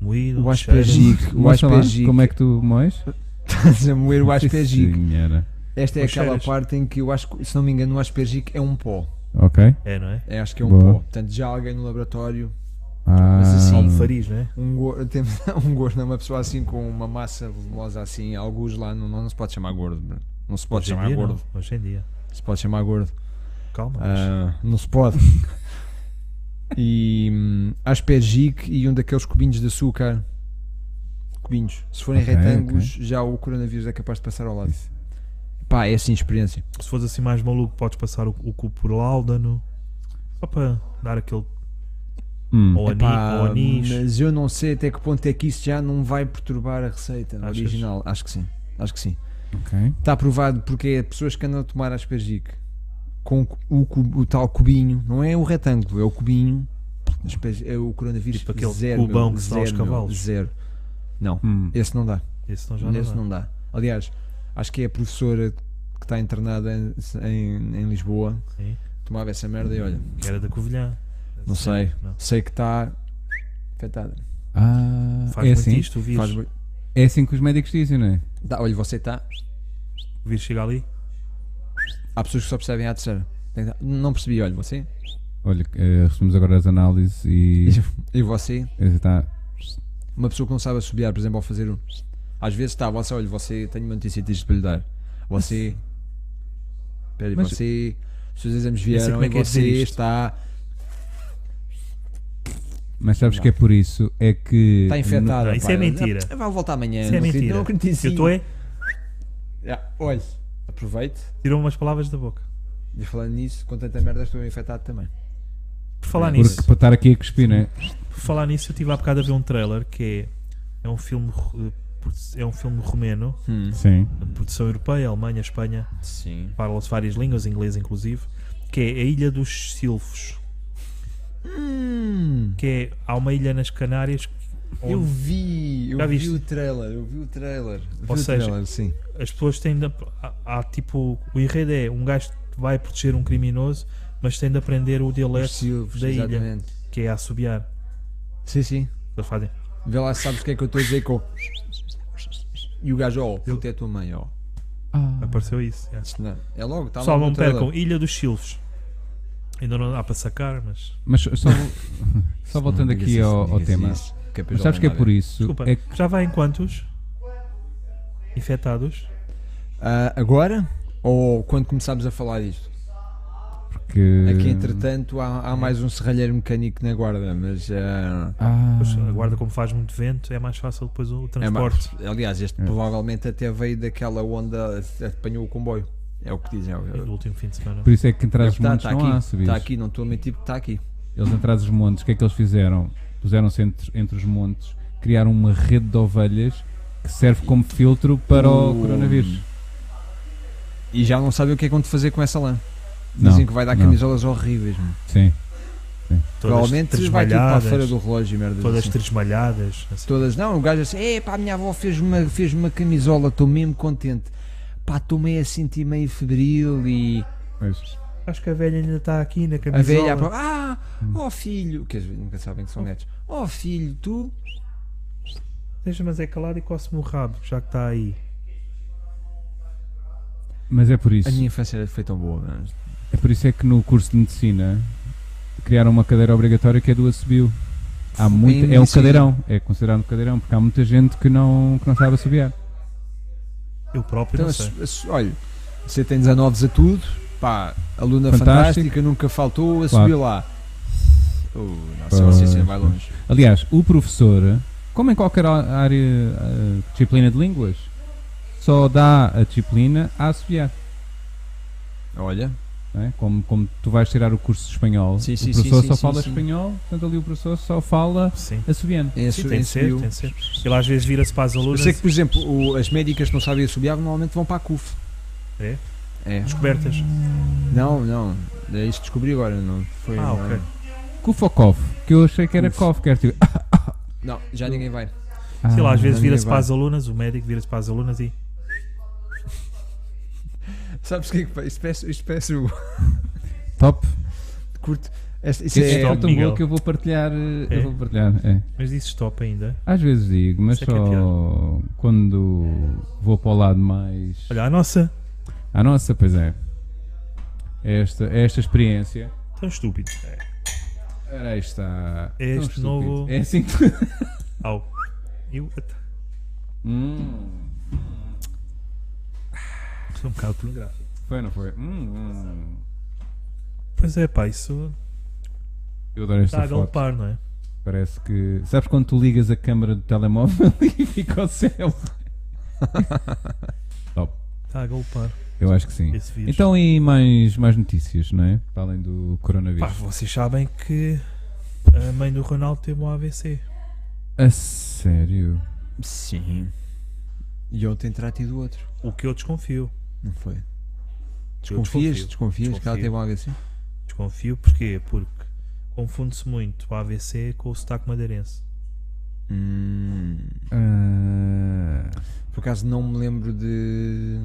Speaker 3: Moído.
Speaker 2: O
Speaker 3: cheiro.
Speaker 2: aspergic. O
Speaker 1: Mostra lá,
Speaker 2: aspergic.
Speaker 1: como é que tu moes?
Speaker 2: Estás a moer o aspergic.
Speaker 1: Senhora.
Speaker 2: Esta é
Speaker 3: Mas
Speaker 2: aquela
Speaker 3: cheiras.
Speaker 2: parte em que eu acho que, se não me engano, o aspergic é um pó.
Speaker 1: Ok.
Speaker 3: É, não é?
Speaker 2: É, acho que é um
Speaker 1: Boa.
Speaker 2: pó. Portanto, já alguém no laboratório,
Speaker 1: Ah,
Speaker 2: Mas assim,
Speaker 3: Só um fariz, não é?
Speaker 2: um, go temos um gordo, não, uma pessoa assim com uma massa volumosa assim, alguns lá, não, não se pode chamar gordo. bro. Não se pode
Speaker 3: Hoje em
Speaker 2: chamar
Speaker 3: dia, não.
Speaker 2: é gordo.
Speaker 3: Hoje em dia.
Speaker 2: Se pode chamar gordo.
Speaker 3: Calma. mas-
Speaker 2: Ah, não se pode. e hum, aspergic e um daqueles cubinhos de açúcar. Cubinhos. Se forem
Speaker 1: Ok,
Speaker 2: retângulos, já o coronavírus é capaz de passar ao lado.
Speaker 1: Isso.
Speaker 2: Pá, é assim experiência.
Speaker 3: Se fores assim mais maluco, podes passar o, o cu por láudano. Só para dar aquele.
Speaker 1: Hum.
Speaker 3: Ou ani-
Speaker 2: Pá,
Speaker 3: ou anis.
Speaker 2: mas eu não sei até que ponto é que isso já não vai perturbar a receita
Speaker 3: Achas?
Speaker 2: original. Acho que sim. Acho que sim.
Speaker 1: Ok.
Speaker 2: Está aprovado porque é pessoas que andam a tomar aspergic com o, cu- o tal cubinho, não é o retângulo, é o cubinho. Asperg- É o coronavírus
Speaker 3: Tipo aquele
Speaker 2: zero,
Speaker 3: cubão
Speaker 2: meu,
Speaker 3: que se dá
Speaker 2: zero,
Speaker 3: aos
Speaker 2: meu,
Speaker 3: cavalos.
Speaker 2: Zero. Não,
Speaker 1: Hum.
Speaker 2: esse não dá.
Speaker 3: Esse não já não
Speaker 2: esse
Speaker 3: dá.
Speaker 2: não dá. Aliás, acho que é a professora que está internada em, em- em Lisboa.
Speaker 3: Sim.
Speaker 2: Tomava essa merda e olha,
Speaker 3: É? Que era da Covilhã.
Speaker 2: não sei,
Speaker 3: Não.
Speaker 2: sei que está afetada.
Speaker 1: Ah,
Speaker 3: Faz
Speaker 1: é
Speaker 3: muito
Speaker 1: assim,
Speaker 3: isto, o vírus.
Speaker 2: Faz boi-
Speaker 1: é assim que os médicos dizem, não é?
Speaker 2: Dá, olha, você está.
Speaker 3: O vírus chega
Speaker 2: É,
Speaker 3: ali.
Speaker 2: Há pessoas que só percebem a terceira. Tem que dar- Não percebi, olha, você.
Speaker 1: Olha, eh, recebemos agora as análises e
Speaker 2: E você?
Speaker 1: está
Speaker 2: Uma pessoa que não sabe assobiar, por exemplo, ao fazer um. Às vezes está, você, olha, você tem uma notícia disto para lhe dar. Você. Espera aí,
Speaker 1: Mas-
Speaker 2: você. Os seus exames
Speaker 3: sei
Speaker 2: vieram
Speaker 3: como é
Speaker 2: e
Speaker 3: que é
Speaker 2: você
Speaker 3: dizer isto.
Speaker 2: está.
Speaker 1: Mas sabes
Speaker 2: Não.
Speaker 1: que é por isso, é que.
Speaker 2: Está infectada.
Speaker 3: Não, isso
Speaker 2: pá.
Speaker 3: é mentira.
Speaker 2: Ah, Vai voltar amanhã.
Speaker 3: Isso é
Speaker 2: não sei,
Speaker 3: mentira.
Speaker 2: Não acredito
Speaker 3: Eu estou é.
Speaker 2: Já, Olha, aproveite.
Speaker 3: Tirou umas palavras da boca.
Speaker 2: E falando nisso, com tanta merda, estou infectado também.
Speaker 3: Por
Speaker 2: É.
Speaker 3: falar
Speaker 1: Porque
Speaker 3: nisso.
Speaker 1: para estar aqui a cuspir, né?
Speaker 3: Por falar nisso, eu tive há bocado a ver um trailer que é, é um filme ru- é um filme romeno,
Speaker 1: Sim.
Speaker 2: Hum.
Speaker 3: de produção europeia, Alemanha, Espanha,
Speaker 2: Sim.
Speaker 3: fala-se várias línguas, inglês inclusive, que é a Ilha dos Silfos,
Speaker 2: Hum,
Speaker 3: que é há uma ilha nas Canárias
Speaker 2: eu
Speaker 3: onde
Speaker 2: vi, eu
Speaker 3: Já
Speaker 2: vi
Speaker 3: viste?
Speaker 2: o trailer, eu vi o trailer. Vi
Speaker 3: Ou
Speaker 2: o
Speaker 3: seja,
Speaker 2: trailer, sim.
Speaker 3: as pessoas têm de ap- há, há, tipo o enredo é um gajo que vai proteger um criminoso, mas tem de aprender o
Speaker 2: Os
Speaker 3: dialeto
Speaker 2: silvos,
Speaker 3: da ilha.
Speaker 2: exatamente.
Speaker 3: que é assobiar.
Speaker 2: Sim, sim.
Speaker 3: Eles fazem
Speaker 2: Vê lá se sabes o que é que eu estou a dizer com. E o gajo, ó, puta é a tua mãe, ó.
Speaker 3: apareceu isso. é.
Speaker 2: Não, É logo, está
Speaker 3: Pessoal,
Speaker 2: logo
Speaker 3: não
Speaker 2: Ah. no trailer.
Speaker 3: percam Ilha dos Silfos. Ainda não dá para sacar, mas
Speaker 1: Mas só, só voltando
Speaker 2: Não digas
Speaker 1: aqui
Speaker 2: isso,
Speaker 1: ao,
Speaker 2: não
Speaker 1: ao
Speaker 2: digas
Speaker 1: tema.
Speaker 2: isso, é para
Speaker 1: Mas sabes que é
Speaker 2: jovem
Speaker 1: por
Speaker 2: nada.
Speaker 1: isso.
Speaker 3: desculpa.
Speaker 1: É que,
Speaker 3: Já vai em quantos? Infetados?
Speaker 2: Ah, agora? Ou quando começámos a falar disto?
Speaker 1: porque.
Speaker 2: Aqui, entretanto, há, há mais um serralheiro mecânico na guarda, mas. ah,
Speaker 1: Ah,
Speaker 3: Pois, a guarda, como faz muito vento, é mais fácil depois o
Speaker 2: é ma-
Speaker 3: transporte.
Speaker 2: Aliás,
Speaker 1: É.
Speaker 2: este provavelmente até veio daquela onda. apanhou o comboio. É o que dizem. é o-
Speaker 3: do último fim de semana.
Speaker 1: por isso é que em trás
Speaker 2: Está
Speaker 1: montes
Speaker 2: tá
Speaker 1: não há
Speaker 2: aqui,
Speaker 1: subidos.
Speaker 2: tá aqui, não estou a mentir, está aqui.
Speaker 1: Eles atrás dos montes, o que é que eles fizeram? Puseram-se entre, entre os montes, criaram uma rede de ovelhas que serve como filtro para o
Speaker 2: Hum.
Speaker 1: coronavírus.
Speaker 2: E já não sabem o que é que vão te fazer com essa lã.
Speaker 1: Não,
Speaker 2: Dizem que vai dar
Speaker 1: não.
Speaker 2: camisolas horríveis, mano.
Speaker 1: Sim.
Speaker 2: Provavelmente vai tudo para a feira
Speaker 3: tresmalhadas.
Speaker 2: do relógio e merda.
Speaker 3: Todas tresmalhadas. assim.
Speaker 2: Todas, não, o gajo assim, é pá, a minha avó fez uma, fez uma camisola, estou mesmo contente. Pá, estou meio a sentir meio febril e
Speaker 1: Mas,
Speaker 3: Acho que a velha ainda está aqui na
Speaker 2: a velha,
Speaker 3: camisola.
Speaker 2: a pro- ah, ó filho, que eles nunca sabem que são netos, ó filho, tu,
Speaker 3: Deixa-me é calado e coce-me o rabo, já que está aí.
Speaker 1: mas é por isso.
Speaker 2: a minha infância era- foi tão boa, mano.
Speaker 1: É por isso é que no curso de medicina criaram uma cadeira obrigatória que é do assobio. Há muito,
Speaker 2: Em
Speaker 1: é um
Speaker 2: medicina.
Speaker 1: cadeirão, é considerado um cadeirão, porque há muita gente que não, que não sabe assobiar.
Speaker 3: Eu próprio
Speaker 2: Então,
Speaker 3: não
Speaker 2: a
Speaker 3: sei.
Speaker 2: su- a su- olha, você tem 19 a tudo, pá, aluna
Speaker 1: Fantástico.
Speaker 2: fantástica, nunca faltou, a
Speaker 1: Claro.
Speaker 2: subir lá. Oh, nossa,
Speaker 1: Pois,
Speaker 2: você sempre vai longe.
Speaker 1: Aliás, o professor, como em qualquer á- área, ah, disciplina de línguas, só dá a disciplina a assobiar.
Speaker 2: Olha,
Speaker 1: não é? Como, como tu vais tirar o curso de espanhol,
Speaker 2: Sim,
Speaker 1: o
Speaker 2: sim,
Speaker 1: professor
Speaker 2: sim,
Speaker 1: só
Speaker 2: sim,
Speaker 1: fala
Speaker 2: sim, sim.
Speaker 1: espanhol, portanto ali o professor só fala
Speaker 3: Sim.
Speaker 1: assobiando.
Speaker 2: em
Speaker 3: Sim,
Speaker 2: su-
Speaker 3: tem
Speaker 2: em
Speaker 3: de ser,
Speaker 2: subiu.
Speaker 3: tem de ser. Ele às vezes vira-se para as
Speaker 2: Eu
Speaker 3: alunas
Speaker 2: sei que, por exemplo, o- as médicas que não sabem assobiar normalmente vão para a CUF.
Speaker 3: É?
Speaker 2: É.
Speaker 3: descobertas.
Speaker 2: Não, não. É isso que descobri agora. Não foi.
Speaker 3: Ah,
Speaker 2: não.
Speaker 3: ok.
Speaker 1: Cuf ou cof? Que eu achei que era
Speaker 3: Cuf.
Speaker 1: cof, que era tipo. "Ah,
Speaker 2: Não, já ninguém vai.
Speaker 3: Sei lá, às vezes
Speaker 2: ninguém
Speaker 3: vira-se
Speaker 2: Ah, vai.
Speaker 3: para as alunas, o médico vira-se para as alunas e.
Speaker 2: Sabes o que é que pa- isto parece? Isto parece o.
Speaker 1: Top.
Speaker 2: Curto. Esta- Isso
Speaker 1: Essa é,
Speaker 2: é.
Speaker 1: tão
Speaker 3: Stop,
Speaker 1: boa
Speaker 3: Miguel.
Speaker 1: que eu vou partilhar. eh,
Speaker 3: É?
Speaker 1: Eu vou partilhar, é.
Speaker 3: Mas disse stop ainda.
Speaker 1: Às vezes digo, mas
Speaker 3: Isso é que é
Speaker 1: só quando vou para o lado mais.
Speaker 3: Olha, a nossa.
Speaker 1: Ah, nossa, pois é. Esta, é esta experiência.
Speaker 3: Tão estúpido. É.
Speaker 1: Ora, aí está.
Speaker 3: É
Speaker 1: Tão
Speaker 3: este
Speaker 1: estúpido.
Speaker 3: novo-
Speaker 1: É assim que.
Speaker 3: Au. Eu até-
Speaker 1: Hum,
Speaker 3: sou um bocado pornográfico.
Speaker 1: foi, não foi? Hum, hum.
Speaker 3: Pois é, pá, isso
Speaker 1: Eu adoro esta
Speaker 3: está a
Speaker 1: foto.
Speaker 3: galopar, não é?
Speaker 1: Parece que. Sabes quando tu ligas a câmara do telemóvel e fica o céu? Top.
Speaker 3: Está a galopar
Speaker 1: Eu acho que sim.
Speaker 3: esse vírus.
Speaker 1: Então, e mais, mais notícias, não é? Para além do
Speaker 3: Pá,
Speaker 1: coronavírus.
Speaker 3: vocês sabem que a mãe do Ronaldo teve um AVC.
Speaker 1: A sério?
Speaker 2: Sim. E ontem terá tido outro.
Speaker 3: O que eu desconfio.
Speaker 2: Não foi?
Speaker 3: Eu
Speaker 2: Desconfias? Desconfias que ela
Speaker 3: Desconfio.
Speaker 2: teve um AVC?
Speaker 3: Desconfio porquê? Porque confunde-se muito o AVC com o sotaque madeirense.
Speaker 2: Hum.
Speaker 1: Ah,
Speaker 2: Por acaso não me lembro de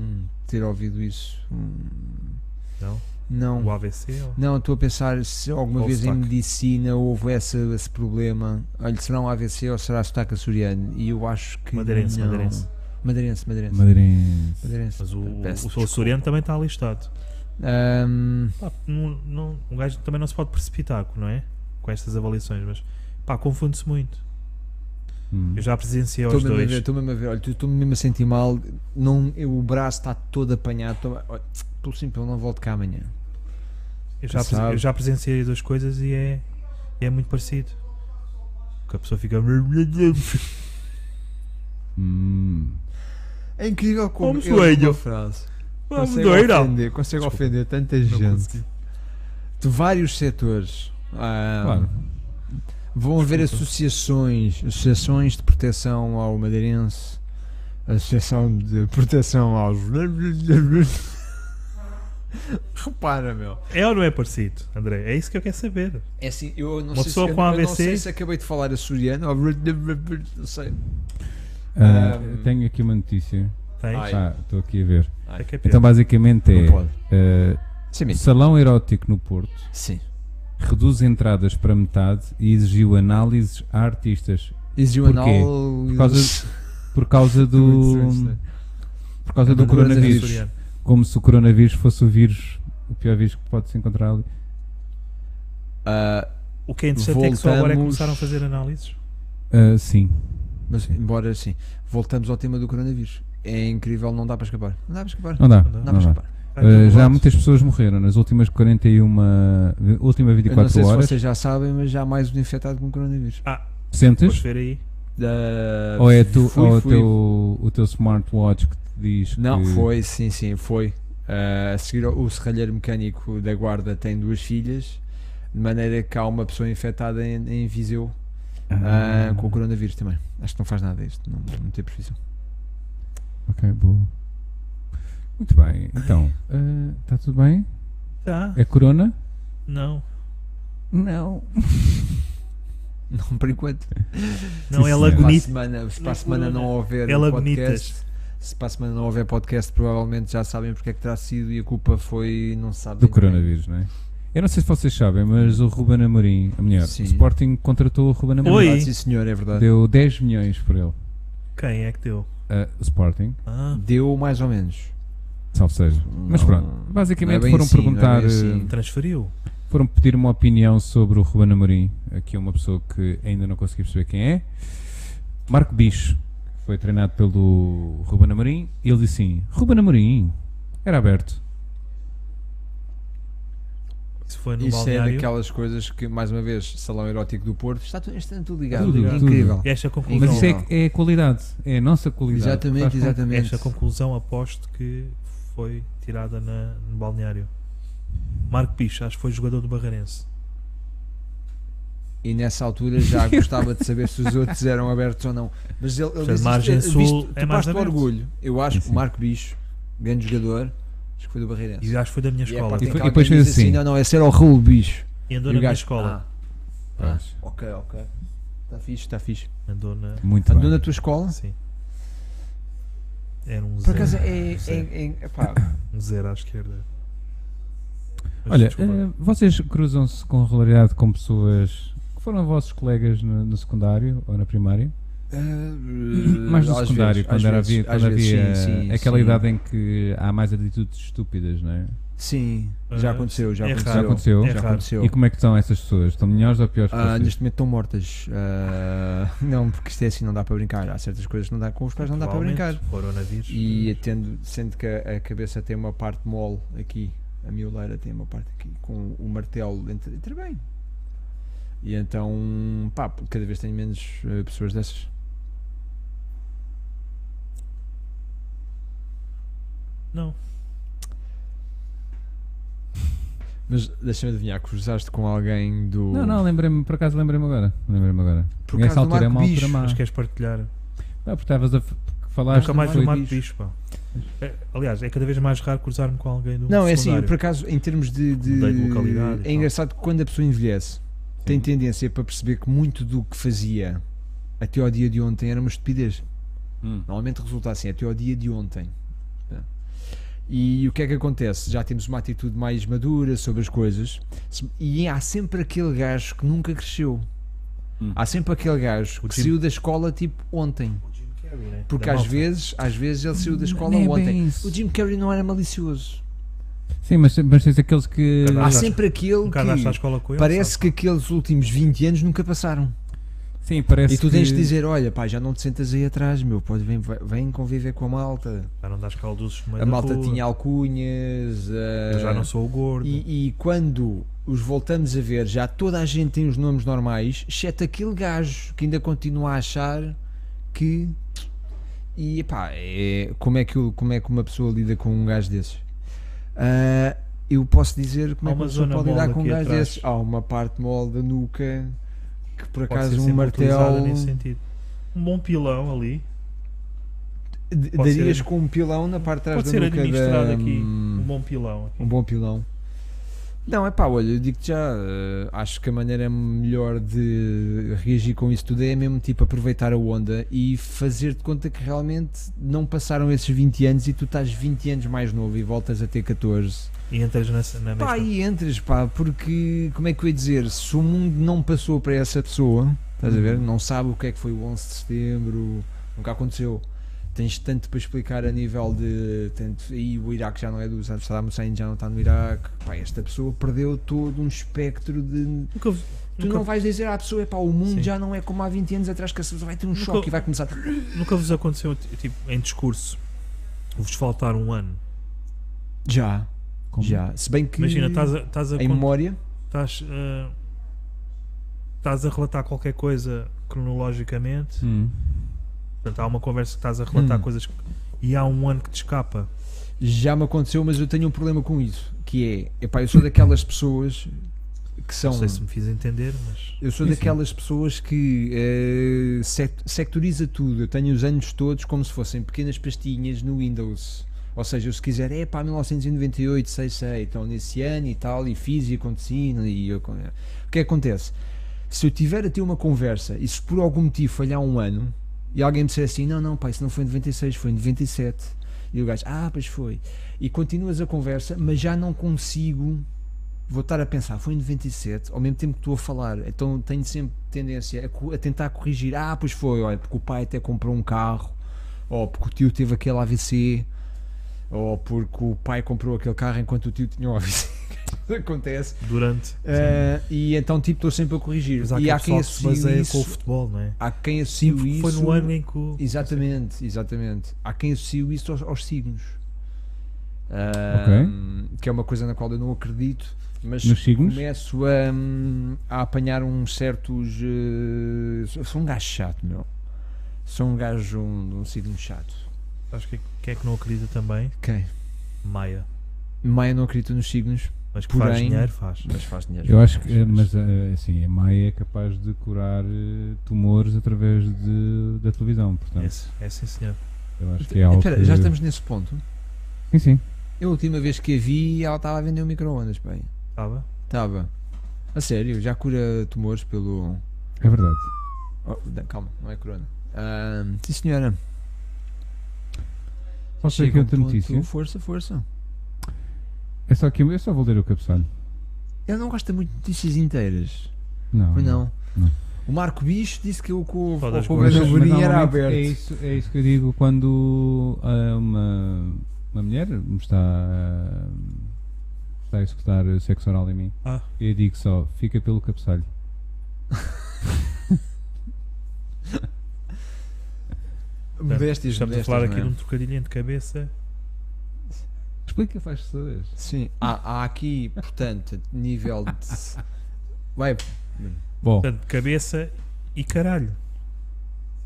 Speaker 2: ter ouvido isso. Hum,
Speaker 3: Não?
Speaker 2: Não.
Speaker 3: é O AVC? ou-
Speaker 2: Não, estou a pensar se alguma
Speaker 3: Ou
Speaker 2: vez em
Speaker 3: sotaque.
Speaker 2: medicina houve essa, esse problema. Olha, será um AVC ou será sotaque açoriano? E eu acho que.
Speaker 3: Madeirense,
Speaker 2: não.
Speaker 3: madeirense.
Speaker 2: Madeirense, madeirense.
Speaker 1: madeirense.
Speaker 2: Madeirense.
Speaker 3: Mas o,
Speaker 2: Peço
Speaker 3: o, o Sorento também está listado.
Speaker 2: Ahm,
Speaker 3: Pá, não, não, um gajo também não se pode precipitar, não é? Com estas avaliações, mas pá, confunde-se muito.
Speaker 1: Hum.
Speaker 3: Eu já presenciei
Speaker 2: Estou
Speaker 3: É aos
Speaker 2: mesmo a
Speaker 3: dois.
Speaker 2: ver, estou mesmo a ver. Olha, estou-me mesmo a sentir mal. Não, eu, o braço está todo apanhado. Estou, olha, pelo simples, eu não volto cá amanhã.
Speaker 3: Eu já,
Speaker 2: Sabe.
Speaker 3: presen- eu já presenciei as duas coisas e é, é muito parecido. Que a pessoa fica.
Speaker 1: Hum.
Speaker 2: É incrível como.
Speaker 3: Vamos,
Speaker 2: eu, numa
Speaker 3: velho.
Speaker 2: frase.
Speaker 3: Vamos
Speaker 2: Consegue
Speaker 3: doer, não.
Speaker 2: ofender, consegue
Speaker 3: Desculpa.
Speaker 2: ofender tanta
Speaker 3: Não
Speaker 2: gente.
Speaker 3: consegui.
Speaker 2: de vários setores. Ah,
Speaker 1: Claro.
Speaker 2: Vão haver
Speaker 3: Desculpa.
Speaker 2: associações, associações de proteção ao madeirense, associação de proteção aos. Repara, meu.
Speaker 3: É ou não é parecido, André? É isso que eu quero saber.
Speaker 2: É assim, eu não,
Speaker 3: Uma
Speaker 2: sei se,
Speaker 3: pessoa
Speaker 2: eu,
Speaker 3: com
Speaker 2: eu não
Speaker 3: AVC?
Speaker 2: sei se acabei de falar açoriano ou. Não sei.
Speaker 1: Ah,
Speaker 2: Ahm.
Speaker 1: tenho aqui uma notícia.
Speaker 3: Tens?
Speaker 2: Um, Ai.
Speaker 1: Ah, Estou aqui a ver.
Speaker 3: É que é
Speaker 1: Então,
Speaker 3: pior.
Speaker 1: basicamente é.
Speaker 2: Não pode.
Speaker 1: ah,
Speaker 2: Sim, mesmo.
Speaker 1: salão erótico no Porto
Speaker 2: Sim.
Speaker 1: reduz entradas para metade e exigiu análises a artistas
Speaker 2: Exigiu
Speaker 1: Porquê?
Speaker 2: anal.
Speaker 1: Por causa por causa do. Por causa do
Speaker 2: Não, não, não, não, não, não, não, não, não,
Speaker 3: é
Speaker 2: não,
Speaker 1: coronavírus. Como se o coronavírus fosse o vírus, o pior vírus que pode se encontrar ali.
Speaker 2: Ah,
Speaker 3: O que é interessante é que só agora é que
Speaker 2: Voltamos.
Speaker 3: começaram a fazer análises.
Speaker 1: Ah, sim.
Speaker 2: Mas, embora assim, voltamos ao tema do coronavírus. É incrível, não dá para escapar. Não dá para escapar.
Speaker 1: Não dá.
Speaker 3: Não dá.
Speaker 1: Não
Speaker 2: Não
Speaker 1: dá.
Speaker 2: dá para escapar.
Speaker 3: Está em
Speaker 2: Eh,
Speaker 1: Ah,
Speaker 3: todo
Speaker 1: já
Speaker 3: lado.
Speaker 1: muitas pessoas morreram nas últimas 41, vi- última
Speaker 2: Eu não
Speaker 1: 24
Speaker 2: sei
Speaker 1: horas.
Speaker 2: se vocês já sabem, mas já há mais um infectado com coronavírus.
Speaker 3: Ah,
Speaker 1: Sentes?
Speaker 3: podes ver aí.
Speaker 2: Ah,
Speaker 1: um Ou é tu,
Speaker 2: fui,
Speaker 1: ou o
Speaker 2: fui.
Speaker 1: teu, o teu smartwatch que te diz
Speaker 2: Não,
Speaker 1: que...
Speaker 2: foi, Eh, sim, sim, foi. Ah, a seguir, o serralheiro mecânico da guarda tem duas filhas. De maneira que há uma pessoa infectada em, em Viseu ah, com o coronavírus também. Acho que não faz nada isto, não, não tem previsão.
Speaker 1: Ok, boa. Muito bem, então. ah, Está tudo bem?
Speaker 3: Tá,
Speaker 1: É corona?
Speaker 3: não.
Speaker 1: Não.
Speaker 2: Não, por enquanto.
Speaker 1: Sim, senhor.
Speaker 2: Se
Speaker 3: Não, é
Speaker 2: para a
Speaker 3: lagunita.
Speaker 2: semana, se para a semana não houver um
Speaker 3: Ela
Speaker 2: podcast, se para a semana não houver podcast, provavelmente já sabem porque é que terá sido e a culpa foi, não se sabe.
Speaker 1: Do
Speaker 2: bem de quem.
Speaker 1: coronavírus, não é? Eu não sei se vocês sabem, mas o Ruben Amorim, ou melhor,
Speaker 2: Sim.
Speaker 1: o Sporting contratou o Ruben
Speaker 2: É
Speaker 1: Amorim.
Speaker 3: Oi.
Speaker 2: verdade, sim senhor, é verdade.
Speaker 1: Deu 10 milhões por ele.
Speaker 3: Quem é que deu?
Speaker 1: Ah, o Sporting,
Speaker 3: Ah,
Speaker 2: Deu mais ou menos.
Speaker 1: salve seja. Mas
Speaker 2: Não-
Speaker 1: pronto,
Speaker 2: não é
Speaker 1: basicamente
Speaker 2: bem
Speaker 1: foram
Speaker 2: assim, não é bem
Speaker 1: perguntar, eh,
Speaker 2: assim.
Speaker 3: transferiu.
Speaker 1: foram pedir uma opinião sobre o Ruben Amorim. Aqui é uma pessoa que ainda não consegui perceber quem é. Marco Bicho, que foi treinado pelo Ruben Amorim. Ele disse assim: Ruben Amorim era aberto.
Speaker 3: Isso foi no
Speaker 2: Isso é
Speaker 3: balneário.
Speaker 2: daquelas coisas que, mais uma vez, Salão Erótico do Porto, está tudo, está tudo ligado.
Speaker 1: Tudo,
Speaker 2: é
Speaker 1: tudo.
Speaker 2: incrível.
Speaker 3: E esta conclusão,
Speaker 1: Mas
Speaker 2: Não,
Speaker 1: isso
Speaker 2: não.
Speaker 1: é, é a qualidade, é a nossa qualidade.
Speaker 2: Exatamente,
Speaker 1: Faz com-
Speaker 2: exatamente.
Speaker 3: esta conclusão aposto que foi tirada na- no balneário. Marco Picho, acho que foi jogador do Barreirense.
Speaker 2: E nessa altura já gostava de saber se os outros eram abertos ou não. Mas ele, ele
Speaker 3: Portanto,
Speaker 2: disse
Speaker 3: margem
Speaker 2: isto,
Speaker 3: sul
Speaker 2: visto,
Speaker 3: é
Speaker 2: tu
Speaker 3: mais
Speaker 2: paste o
Speaker 3: aberto.
Speaker 2: orgulho. Eu acho que
Speaker 1: Sim.
Speaker 2: o Marco Bicho, grande jogador, acho que foi do Barreirense.
Speaker 3: E acho que foi da minha
Speaker 2: E é a
Speaker 3: escola.
Speaker 2: parte em
Speaker 1: E
Speaker 2: que
Speaker 1: foi- e
Speaker 2: alguém
Speaker 1: depois fez
Speaker 2: diz
Speaker 1: assim.
Speaker 2: Não, não, esse era o Raul Bicho.
Speaker 3: E andou
Speaker 2: E
Speaker 3: na
Speaker 2: o
Speaker 3: minha
Speaker 2: gajo,
Speaker 3: escola.
Speaker 2: Ah,
Speaker 1: Faz.
Speaker 2: ah, ok, ok. Está fixe, está fixe.
Speaker 3: Andou na.
Speaker 1: Muito
Speaker 2: Andou
Speaker 1: Tá bem.
Speaker 2: na tua escola?
Speaker 3: Sim. Era um
Speaker 2: Por acaso
Speaker 3: zero.
Speaker 2: é. é, é, é pá,
Speaker 3: Um zero à esquerda. Mas
Speaker 1: Olha,
Speaker 3: desculpa.
Speaker 1: eh, vocês cruzam-se com regularidade com pessoas que foram vossos colegas no, no secundário ou na primária?
Speaker 2: Eh,
Speaker 1: Mas no secundário, quando, era, havia, quando havia aquela idade em que há mais atitudes estúpidas, não é?
Speaker 2: Sim,
Speaker 3: Ah,
Speaker 2: já aconteceu, já
Speaker 3: é
Speaker 2: aconteceu.
Speaker 3: raro.
Speaker 1: Já aconteceu?
Speaker 3: É
Speaker 2: Já
Speaker 3: raro.
Speaker 2: aconteceu.
Speaker 1: E como é que estão essas pessoas? Estão melhores ou piores que
Speaker 2: Ah,
Speaker 1: vocês?
Speaker 2: neste momento estão mortas. Ah, não, porque isto é assim, não dá para brincar. Há certas coisas que não dá, com as quais não dá para brincar.
Speaker 3: Provavelmente, Coronavírus. eh,
Speaker 2: E atendo, sendo que a a cabeça tem uma parte mole aqui, a mioleira tem uma parte aqui, com o martelo entre, entre bem. E então, pá, cada vez tenho menos eh, pessoas dessas.
Speaker 3: Não.
Speaker 2: Mas deixa-me adivinhar, cruzaste com alguém do.
Speaker 1: Não, não, lembrei-me, por acaso lembrei-me agora. Lembrei-me agora.
Speaker 2: Por
Speaker 1: Nessa
Speaker 2: causa do
Speaker 1: altura é uma
Speaker 2: Marco
Speaker 1: altura
Speaker 2: Bicho,
Speaker 1: má.
Speaker 3: Mas queres partilhar?
Speaker 1: Ah, porque estavas a f- que falaste
Speaker 3: Nunca mais
Speaker 1: foi-
Speaker 3: do Marco Bicho, pá. É, aliás, é cada vez mais raro cruzar-me com alguém do
Speaker 2: Não, é assim, eu,
Speaker 3: secundário.
Speaker 2: por acaso, em termos de. de-
Speaker 3: Mudei de localidade e
Speaker 2: é
Speaker 3: tal.
Speaker 2: engraçado que quando a pessoa envelhece, tem tendência para perceber que muito do que fazia até ao dia de ontem era uma estupidez.
Speaker 1: Hum.
Speaker 2: Normalmente resulta assim, até ao dia de ontem. Tá? E o que é que acontece? Já temos uma atitude mais madura sobre as coisas se- e há sempre aquele gajo que nunca cresceu.
Speaker 1: Hum.
Speaker 2: Há sempre aquele gajo
Speaker 3: O
Speaker 2: que
Speaker 3: Jim-
Speaker 2: saiu da escola tipo ontem.
Speaker 3: né?
Speaker 2: Porque
Speaker 3: Da
Speaker 2: às
Speaker 3: malta. Hum,
Speaker 2: vezes, às vezes ele saiu da escola
Speaker 1: Nem é bem
Speaker 2: ontem.
Speaker 1: isso.
Speaker 2: O Jim Carrey não era malicioso.
Speaker 1: Sim, mas, mas tens aqueles que.
Speaker 3: Cada
Speaker 2: Há
Speaker 3: Andaste-
Speaker 2: sempre
Speaker 3: Um
Speaker 2: aquele
Speaker 3: cadastro à
Speaker 2: que
Speaker 3: escola com ele.
Speaker 2: parece que aqueles últimos 20 anos nunca passaram.
Speaker 1: Sim, parece
Speaker 2: E tu tens
Speaker 1: que-
Speaker 2: de dizer: olha, pá, já não te sentas aí atrás, meu, pode, vem, vem conviver com a malta.
Speaker 3: sabe? Já não das calduces
Speaker 2: A malta tinha alcunhas.
Speaker 3: Eu já
Speaker 2: ah,
Speaker 3: não sou o gordo.
Speaker 2: E, e quando os voltamos a ver, já toda a gente tem os nomes normais, exceto aquele gajo que ainda continua a achar que. E pá, é, como, é que, o- como é que uma pessoa lida com um gajo desses? Ah, eu posso dizer como
Speaker 3: Há
Speaker 2: é que
Speaker 3: uma
Speaker 2: uma pessoa
Speaker 3: zona
Speaker 2: pode lidar
Speaker 3: mole
Speaker 2: com um
Speaker 3: aqui
Speaker 2: gajo
Speaker 3: atrás.
Speaker 2: desses. Há uma parte mole da nuca que por
Speaker 3: Pode ser
Speaker 2: acaso um
Speaker 3: sempre utilizada
Speaker 2: martelo.
Speaker 3: nesse sentido. Um bom pilão ali.
Speaker 2: D-
Speaker 3: Pode ser-
Speaker 2: Darias com um pilão na parte de trás da
Speaker 3: Pode ser
Speaker 2: nuca.
Speaker 3: administrado
Speaker 2: da-
Speaker 3: aqui. Um bom pilão aqui.
Speaker 2: Um bom pilão. Não, é pá, olha, eu digo-te já, eh, acho que a maneira melhor de reagir com isso tudo é mesmo tipo aproveitar a onda e fazer de conta que realmente não passaram esses 20 anos e tu estás 20 anos mais novo e voltas a ter 14.
Speaker 3: E entras na, na
Speaker 2: Pá,
Speaker 3: mesma.
Speaker 2: e entras, pá, porque como é que eu ia dizer? Se o mundo não passou para essa pessoa, estás a ver?
Speaker 3: Uhum.
Speaker 2: Não sabe o que é que foi o 11 de setembro, nunca aconteceu. Tens tanto para explicar a nível de. Tanto, e o Iraque já não é do Saddam Hussein, já não está no Iraque. Pá, esta pessoa perdeu todo um espectro de.
Speaker 3: Nunca,
Speaker 2: Tu
Speaker 3: nunca-
Speaker 2: não vais dizer à pessoa, é pá, o mundo
Speaker 3: Sim.
Speaker 2: já não é como há 20 anos atrás, que a pessoa vai ter um
Speaker 3: Nunca-
Speaker 2: choque e vai começar.
Speaker 3: nunca vos aconteceu, t- tipo, em discurso, vos faltar um ano.
Speaker 2: Já,
Speaker 1: Como?
Speaker 2: já. Se bem que.
Speaker 3: Imagina, estás a, estás a
Speaker 2: em
Speaker 3: contar-
Speaker 2: memória.
Speaker 3: estás, eh, estás a relatar qualquer coisa cronologicamente,
Speaker 1: Hum.
Speaker 3: portanto, há uma conversa que estás a relatar
Speaker 2: Hum.
Speaker 3: coisas que- e há um ano que te escapa.
Speaker 2: Já me aconteceu, mas eu tenho um problema com isso. Que é, epá, eu sou daquelas pessoas que são.
Speaker 3: Não sei se me fiz entender, mas.
Speaker 2: Eu sou
Speaker 1: Sim, sim.
Speaker 2: daquelas pessoas que eh, sec- sectoriza tudo. Eu tenho os anos todos como se fossem pequenas pastinhas no Windows. Ou seja, eu se quiser, é pá, 1998, sei, sei, então nesse ano e tal, e fiz e aconteceu, e eu... con- O que é que acontece? Se eu tiver a ter uma conversa e se por algum motivo falhar um ano e alguém me disser assim, não, não, pá, isso não foi em 96, foi em 97, e o gajo, ah, pois foi, e continuas a conversa, mas já não consigo vou estar a pensar, foi em 97, ao mesmo tempo que estou a falar, então tenho sempre tendência a, co- a tentar corrigir, ah, pois foi, olha, porque o pai até comprou um carro, ou porque o tio teve aquele AVC, ou porque o pai comprou aquele carro enquanto o tio tinha um AVC. Acontece.
Speaker 3: Durante.
Speaker 2: Ah, e então, tipo, estou sempre a corrigir.
Speaker 3: Mas há
Speaker 2: e
Speaker 3: aquele
Speaker 2: há quem
Speaker 3: pessoal que se
Speaker 2: associe
Speaker 3: baseia com o
Speaker 2: isso.
Speaker 3: futebol, não é?
Speaker 2: Há quem
Speaker 3: Sim,
Speaker 2: associe
Speaker 3: porque
Speaker 2: isso.
Speaker 3: foi no ano em que o.
Speaker 2: Exatamente, exatamente. Há quem associe isso aos, aos signos. Ahm, Que é uma coisa na qual eu não acredito, mas
Speaker 1: Nos signos?
Speaker 2: começo a, hum, a apanhar uns certos. eh, sou- sou um gajo chato, meu. Sou um gajo de um, de um signo chato.
Speaker 3: Acho que quem é que não acredita também?
Speaker 2: Quem?
Speaker 3: Maia.
Speaker 2: Maia não acredita nos signos,
Speaker 3: Mas que faz
Speaker 2: Porém-
Speaker 3: dinheiro, faz.
Speaker 2: mas faz dinheiro.
Speaker 1: Eu acho que, eh, mas eh, assim, a Maia é capaz de curar eh, tumores através de, da televisão, portanto,
Speaker 3: É, é sim, senhor.
Speaker 1: eu acho que é algo
Speaker 2: Espera,
Speaker 1: que-
Speaker 2: já estamos nesse ponto.
Speaker 1: Sim, sim.
Speaker 2: Eu, a última vez que a vi, ela estava a vender um micro-ondas, bem.
Speaker 3: Estava?
Speaker 2: Estava. A sério, já cura tumores pelo.
Speaker 1: É verdade.
Speaker 2: Oh, da- calma, não é corona. Ahm, sim, senhora.
Speaker 1: Posso ver
Speaker 2: Chega
Speaker 1: aqui
Speaker 2: um
Speaker 1: outra
Speaker 2: ponto-
Speaker 1: notícia?
Speaker 2: Força, força.
Speaker 1: É só que eu só vou ler o cabeçalho.
Speaker 2: Ele não gosta muito de notícias inteiras.
Speaker 1: Não.
Speaker 2: Pois não.
Speaker 1: Não.
Speaker 2: O Marco Bicho disse que o com
Speaker 3: Só das
Speaker 2: o
Speaker 1: Mas,
Speaker 3: Mas a
Speaker 1: mas
Speaker 2: Varinha era
Speaker 1: normalmente
Speaker 2: aberto.
Speaker 1: É isso, é isso que eu digo quando ah, uma, uma mulher me está, ah, está a executar sexo oral em mim.
Speaker 3: Ah.
Speaker 1: Eu digo só, fica pelo cabeçalho.
Speaker 2: Modéstias,
Speaker 3: Estamos a
Speaker 2: modéstias.
Speaker 3: falar
Speaker 2: não
Speaker 3: aqui de
Speaker 2: é?
Speaker 3: um trocadilho entre cabeça.
Speaker 1: Explica para as pessoas.
Speaker 2: Sim. Há, há aqui, portanto, nível de. Vai.
Speaker 1: Bom,
Speaker 3: Portanto, cabeça e caralho.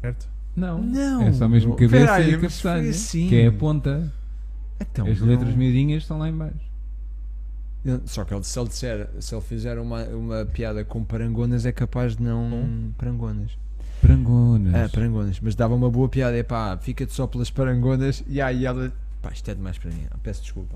Speaker 3: Certo?
Speaker 1: não.
Speaker 2: Não.
Speaker 1: É só mesmo
Speaker 2: não.
Speaker 1: cabeça
Speaker 2: Peraí,
Speaker 1: e
Speaker 2: mas foi
Speaker 1: cabeçalho.
Speaker 2: assim.
Speaker 1: Que é a ponta.
Speaker 2: Então,
Speaker 1: as
Speaker 2: não.
Speaker 1: letras miudinhas estão lá em baixo.
Speaker 2: Só que ele, se, ele disser, se ele fizer uma, uma piada com parangonas, é capaz de não. Parangonas.
Speaker 1: Prangonas.
Speaker 2: Ah, parangonas. Mas dava uma boa piada. É pá, fica-te só pelas parangonas. E aí ela. Pá, isto é demais para mim. Peço desculpa.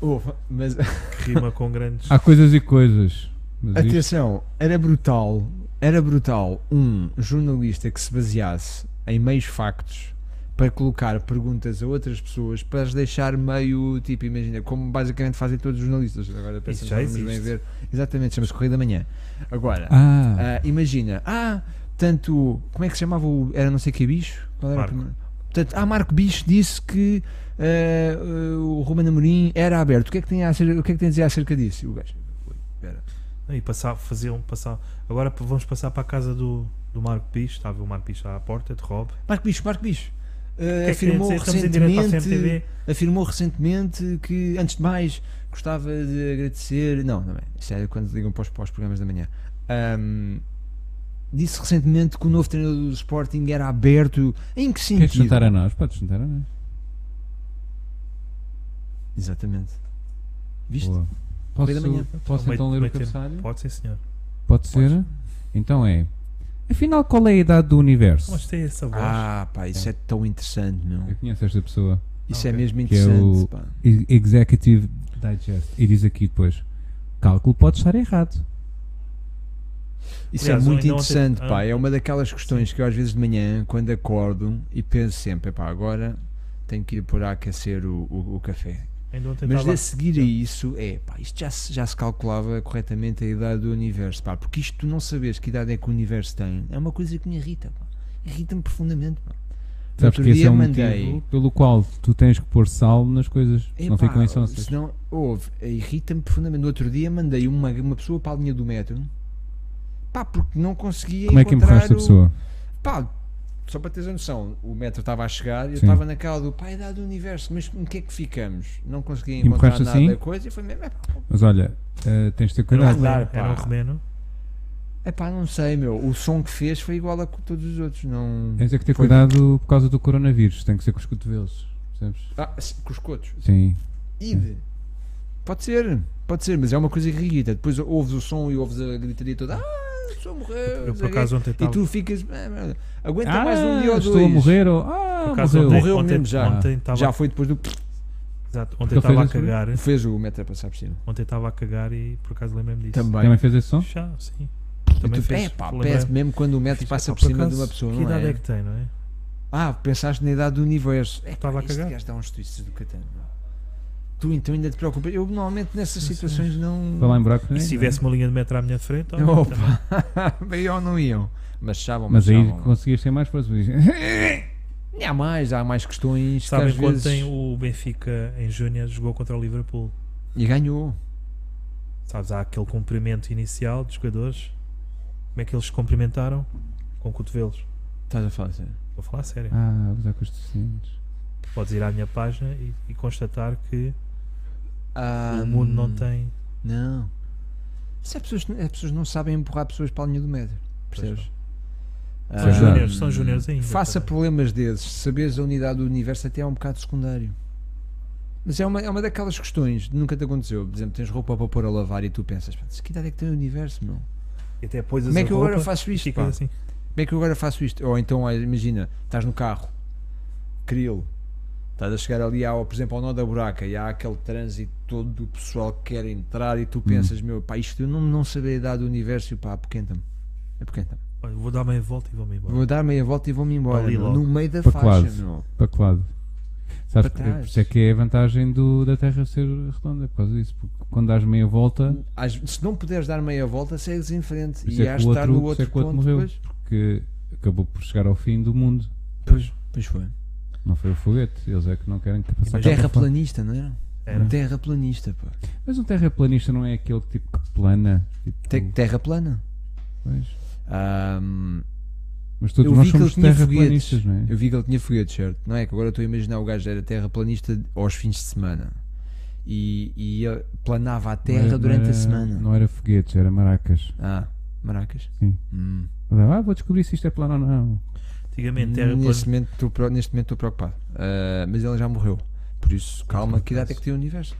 Speaker 2: Oh, mas
Speaker 3: Que rima com grandes.
Speaker 1: Há coisas e coisas. Mas isto-
Speaker 2: atenção, era brutal. Era brutal um jornalista que se baseasse em meios factos para colocar perguntas a outras pessoas para as deixar meio tipo, imagina, como basicamente fazem todos os jornalistas. Agora pensando,
Speaker 3: já
Speaker 2: vamos bem
Speaker 3: existe.
Speaker 2: ver. Exatamente, chama-se Correio da Manhã. Agora,
Speaker 1: Ah,
Speaker 2: Ah, imagina, ah, tanto. Como é que se chamava o. Era não sei que bicho? Qual era
Speaker 3: Marco.
Speaker 2: o primeiro? Portanto, ah, Marco Bicho disse que ah, ah, o Ruben Amorim era aberto. O que é que tem a, acer- o que é que tem a dizer acerca disso? E O gajo. "Ui, Espera.
Speaker 3: Não, E passar, faziam passar. Agora p- vamos passar para a casa do, do Marco Pires. Está a ver o Marco Pires à porta, de Rob.
Speaker 2: Marco Bicho, Marco Bicho. ah,
Speaker 3: O que é que querem
Speaker 2: afirmou
Speaker 3: dizer? Estamos em direto à CMTV.
Speaker 2: recentemente afirmou recentemente que antes de mais gostava de agradecer não, não é, isso é quando ligam para os, para os programas da manhã Ahm, disse recentemente que o novo treinador do Sporting era aberto em que
Speaker 1: queres
Speaker 3: é
Speaker 2: sentido?
Speaker 1: juntar a nós? Podes juntar a nós.
Speaker 2: Exatamente. Viste?
Speaker 1: Boa. Posso,
Speaker 2: da manhã.
Speaker 1: posso
Speaker 3: Meio-
Speaker 1: então ler o
Speaker 3: meio tempo.
Speaker 1: cabeçalho?
Speaker 3: Pode ser, senhor.
Speaker 1: Pode ser? Então é. Afinal, qual é a idade do universo?
Speaker 3: Mas tem essa voz.
Speaker 2: Ah, pá, isso é tão interessante, meu.
Speaker 1: Eu conheço esta pessoa.
Speaker 2: Isso
Speaker 3: Ah,
Speaker 2: é
Speaker 3: ok.
Speaker 2: mesmo
Speaker 1: Que é
Speaker 2: interessante,
Speaker 1: o-
Speaker 2: pá.
Speaker 1: E- Executive Digest. E diz aqui depois: cálculo pode estar errado.
Speaker 2: Isso
Speaker 3: Aliás,
Speaker 2: é
Speaker 3: eu
Speaker 2: muito
Speaker 3: ainda ontem-
Speaker 2: interessante,
Speaker 3: ah.
Speaker 2: pá. É uma daquelas questões que eu às vezes de manhã, quando acordo e penso sempre, pá, agora tenho que ir por a aquecer o, o, o café.
Speaker 3: Ainda ontem
Speaker 2: Mas
Speaker 3: estava.
Speaker 2: a seguir a isso, é, pá, isto já se, já se calculava corretamente a idade do universo, pá. Porque isto, tu não sabes que idade é que o universo tem, é uma coisa que me irrita, pá. Irrita-me profundamente, pá. No
Speaker 1: Sabes
Speaker 2: outro
Speaker 1: que esse
Speaker 2: dia
Speaker 1: é um
Speaker 2: mandei-
Speaker 1: motivo pelo qual tu tens que pôr sal nas coisas, não
Speaker 2: Epá,
Speaker 1: ficam insócias.
Speaker 2: Senão, houve, irrita-me profundamente. No outro dia mandei uma, uma pessoa para a linha do metro, pá, porque não conseguia
Speaker 1: Como é que
Speaker 2: encontrar
Speaker 1: empurraste esta
Speaker 2: o-
Speaker 1: pessoa?
Speaker 2: Pá, só para teres a noção, o metro estava a chegar e eu
Speaker 1: Sim.
Speaker 2: estava naquela do pá, idade do universo, mas em que é que ficamos? Não conseguia encontrar
Speaker 1: Empurraste
Speaker 2: nada
Speaker 1: assim?
Speaker 2: da coisa e foi mesmo, "É epá,
Speaker 1: Mas olha, eh, tens de ter
Speaker 3: Era um
Speaker 1: cuidado.
Speaker 2: Não.
Speaker 3: romeno.
Speaker 2: pá.
Speaker 3: Era um romeno.
Speaker 2: epá, é não sei, meu. O som que fez foi igual a co- todos os outros, não.
Speaker 1: Tens é que ter
Speaker 2: Foi.
Speaker 1: cuidado por causa do coronavírus. Tem que ser com os cotovelos. Percebes?
Speaker 2: Ah, sim, com os cotos.
Speaker 1: Sim.
Speaker 2: Ide. Pode ser, pode ser, mas é uma coisa que irrita. Depois ouves o som e ouves a gritaria toda. Ah, só morreu. não
Speaker 3: Eu
Speaker 2: sei
Speaker 3: por
Speaker 2: o quê."
Speaker 3: acaso ontem
Speaker 2: E
Speaker 3: estava.
Speaker 2: tu ficas. "Ah, merda, Aguenta
Speaker 1: ah,
Speaker 2: mais um dia ou dois.
Speaker 1: estou a morrer. Ou, ah,
Speaker 3: Por acaso
Speaker 1: morreu.
Speaker 3: ontem,
Speaker 2: Morreu
Speaker 3: ontem,
Speaker 2: mesmo já.
Speaker 3: ontem estava
Speaker 2: Já foi depois do.
Speaker 3: exato,
Speaker 1: Porque
Speaker 3: ontem
Speaker 1: ele
Speaker 3: estava a
Speaker 1: fez isso,
Speaker 3: cagar.
Speaker 2: Fez o metro a passar por cima.
Speaker 3: Ontem estava a cagar e por acaso lembrei-me disso.
Speaker 1: Também fez esse som?
Speaker 3: Já, sim.
Speaker 2: Também
Speaker 3: Também
Speaker 2: tu,
Speaker 3: fez.
Speaker 2: é pá,
Speaker 3: lembrei-me.
Speaker 2: parece mesmo quando o metro
Speaker 3: Fiz,
Speaker 2: passa
Speaker 3: "Ah,
Speaker 2: por cima
Speaker 3: acaso,
Speaker 2: de uma pessoa,
Speaker 3: Que
Speaker 2: não
Speaker 3: idade é?
Speaker 2: é?
Speaker 3: que tem, não é?
Speaker 2: Ah, pensaste na idade do universo. É,
Speaker 3: Estava a
Speaker 2: este
Speaker 3: cagar.
Speaker 2: gajo dá uns twists do catano. meu. Tu então ainda te preocupas. Eu normalmente nessas situações não.
Speaker 1: Foi lá em buraco.
Speaker 3: E se
Speaker 2: é.
Speaker 3: tivesse uma linha de metro à minha frente, olha,
Speaker 2: Opa.
Speaker 3: também.
Speaker 2: Bem, ou não iam. Mas chavam, mas,
Speaker 1: Mas aí
Speaker 2: chavam.
Speaker 1: conseguias ter mais força.
Speaker 2: Há mais, há mais questões.
Speaker 3: sabem
Speaker 2: que
Speaker 3: que
Speaker 2: às vezes...
Speaker 3: ontem o Benfica em Júnior jogou contra o Liverpool.
Speaker 2: E ganhou.
Speaker 3: Sabes, há aquele cumprimento inicial dos jogadores. Como é que eles se cumprimentaram? Com cotovelos.
Speaker 2: Estás a falar sério?
Speaker 3: Vou falar a sério.
Speaker 1: Ah, usar com os deficientes.
Speaker 3: Podes ir à minha página e, e constatar que
Speaker 2: Ah,
Speaker 3: o mundo não tem.
Speaker 2: Não. Se as pessoas, as pessoas não sabem empurrar pessoas para a linha do metro. Percebes?
Speaker 3: São
Speaker 1: Ah,
Speaker 3: júniores, são júniores ainda.
Speaker 2: Faça
Speaker 3: também.
Speaker 2: problemas desses. Saberes a unidade do universo até é um bocado secundário. Mas é uma, é uma daquelas questões. Nunca te aconteceu. Por exemplo, tens roupa para pôr a lavar e tu pensas, "Pá, que idade é que tem o universo, meu?
Speaker 3: E até pôs
Speaker 2: Como é que eu
Speaker 3: roupa,
Speaker 2: agora faço isto?
Speaker 3: Fica
Speaker 2: pá?
Speaker 3: assim.
Speaker 2: Como é que eu agora faço isto? Ou então, olha, imagina, estás no carro, criou, estás a chegar ali, ao, por exemplo, ao nó da buraca e há aquele trânsito todo do pessoal que quer entrar
Speaker 3: Hum.
Speaker 2: e tu pensas, meu, pá, isto eu não, não saber a idade do universo, e pá, apoquenta-me. Apoquenta-me.
Speaker 3: Olha, vou dar meia volta e vou-me embora.
Speaker 2: Vou dar meia volta e vou-me embora,
Speaker 3: Ali
Speaker 2: meu,
Speaker 3: logo.
Speaker 2: no meio da
Speaker 1: Para
Speaker 2: faixa,
Speaker 1: quase.
Speaker 2: meu.
Speaker 1: Para que lado? Sabes
Speaker 2: Para
Speaker 1: que, por
Speaker 2: trás.
Speaker 1: isso é que é a vantagem do, da Terra ser redonda, por causa disso. Porque quando dás meia volta,
Speaker 2: Às- se não puderes dar meia volta, segues em frente
Speaker 1: por isso
Speaker 2: e
Speaker 1: é
Speaker 2: has
Speaker 1: que
Speaker 2: de
Speaker 1: o
Speaker 2: estar
Speaker 1: outro,
Speaker 2: no
Speaker 1: por isso
Speaker 2: outro
Speaker 1: é que o outro
Speaker 2: ponto.
Speaker 1: morreu.
Speaker 2: Pois,
Speaker 1: Porque acabou por chegar ao fim do mundo.
Speaker 2: pois, pois foi.
Speaker 1: Não foi o foguete, eles é que não querem que passar cá
Speaker 3: Imagina-
Speaker 1: para fora.
Speaker 2: Terraplanista, não era?
Speaker 3: Era.
Speaker 2: Terraplanista, pá.
Speaker 1: Mas um terraplanista não é aquele que, tipo que plana. Tipo,
Speaker 2: Te- Terra plana.
Speaker 1: pois.
Speaker 2: Ahm,
Speaker 1: Mas todos
Speaker 2: Eu
Speaker 1: nós
Speaker 2: vi que
Speaker 1: somos
Speaker 2: ele tinha
Speaker 1: terraplanistas, não é?
Speaker 2: Eu vi que ele tinha foguetes, certo? Não é que agora estou a imaginar o gajo era terraplanista aos fins de semana e, e ele planava a
Speaker 1: Não
Speaker 2: terra
Speaker 1: era-
Speaker 2: durante
Speaker 1: não
Speaker 2: a
Speaker 1: era-
Speaker 2: semana.
Speaker 1: Não era foguetes, era maracas.
Speaker 2: Ah, maracas.
Speaker 1: Sim.
Speaker 2: Hum.
Speaker 1: Ah, vou descobrir se isto é plano ou não.
Speaker 3: Antigamente terra plana.
Speaker 2: Neste momento, estou pro- neste momento estou preocupado, Ah, mas ele já morreu. Por isso, calma, que idade é que tem o universo?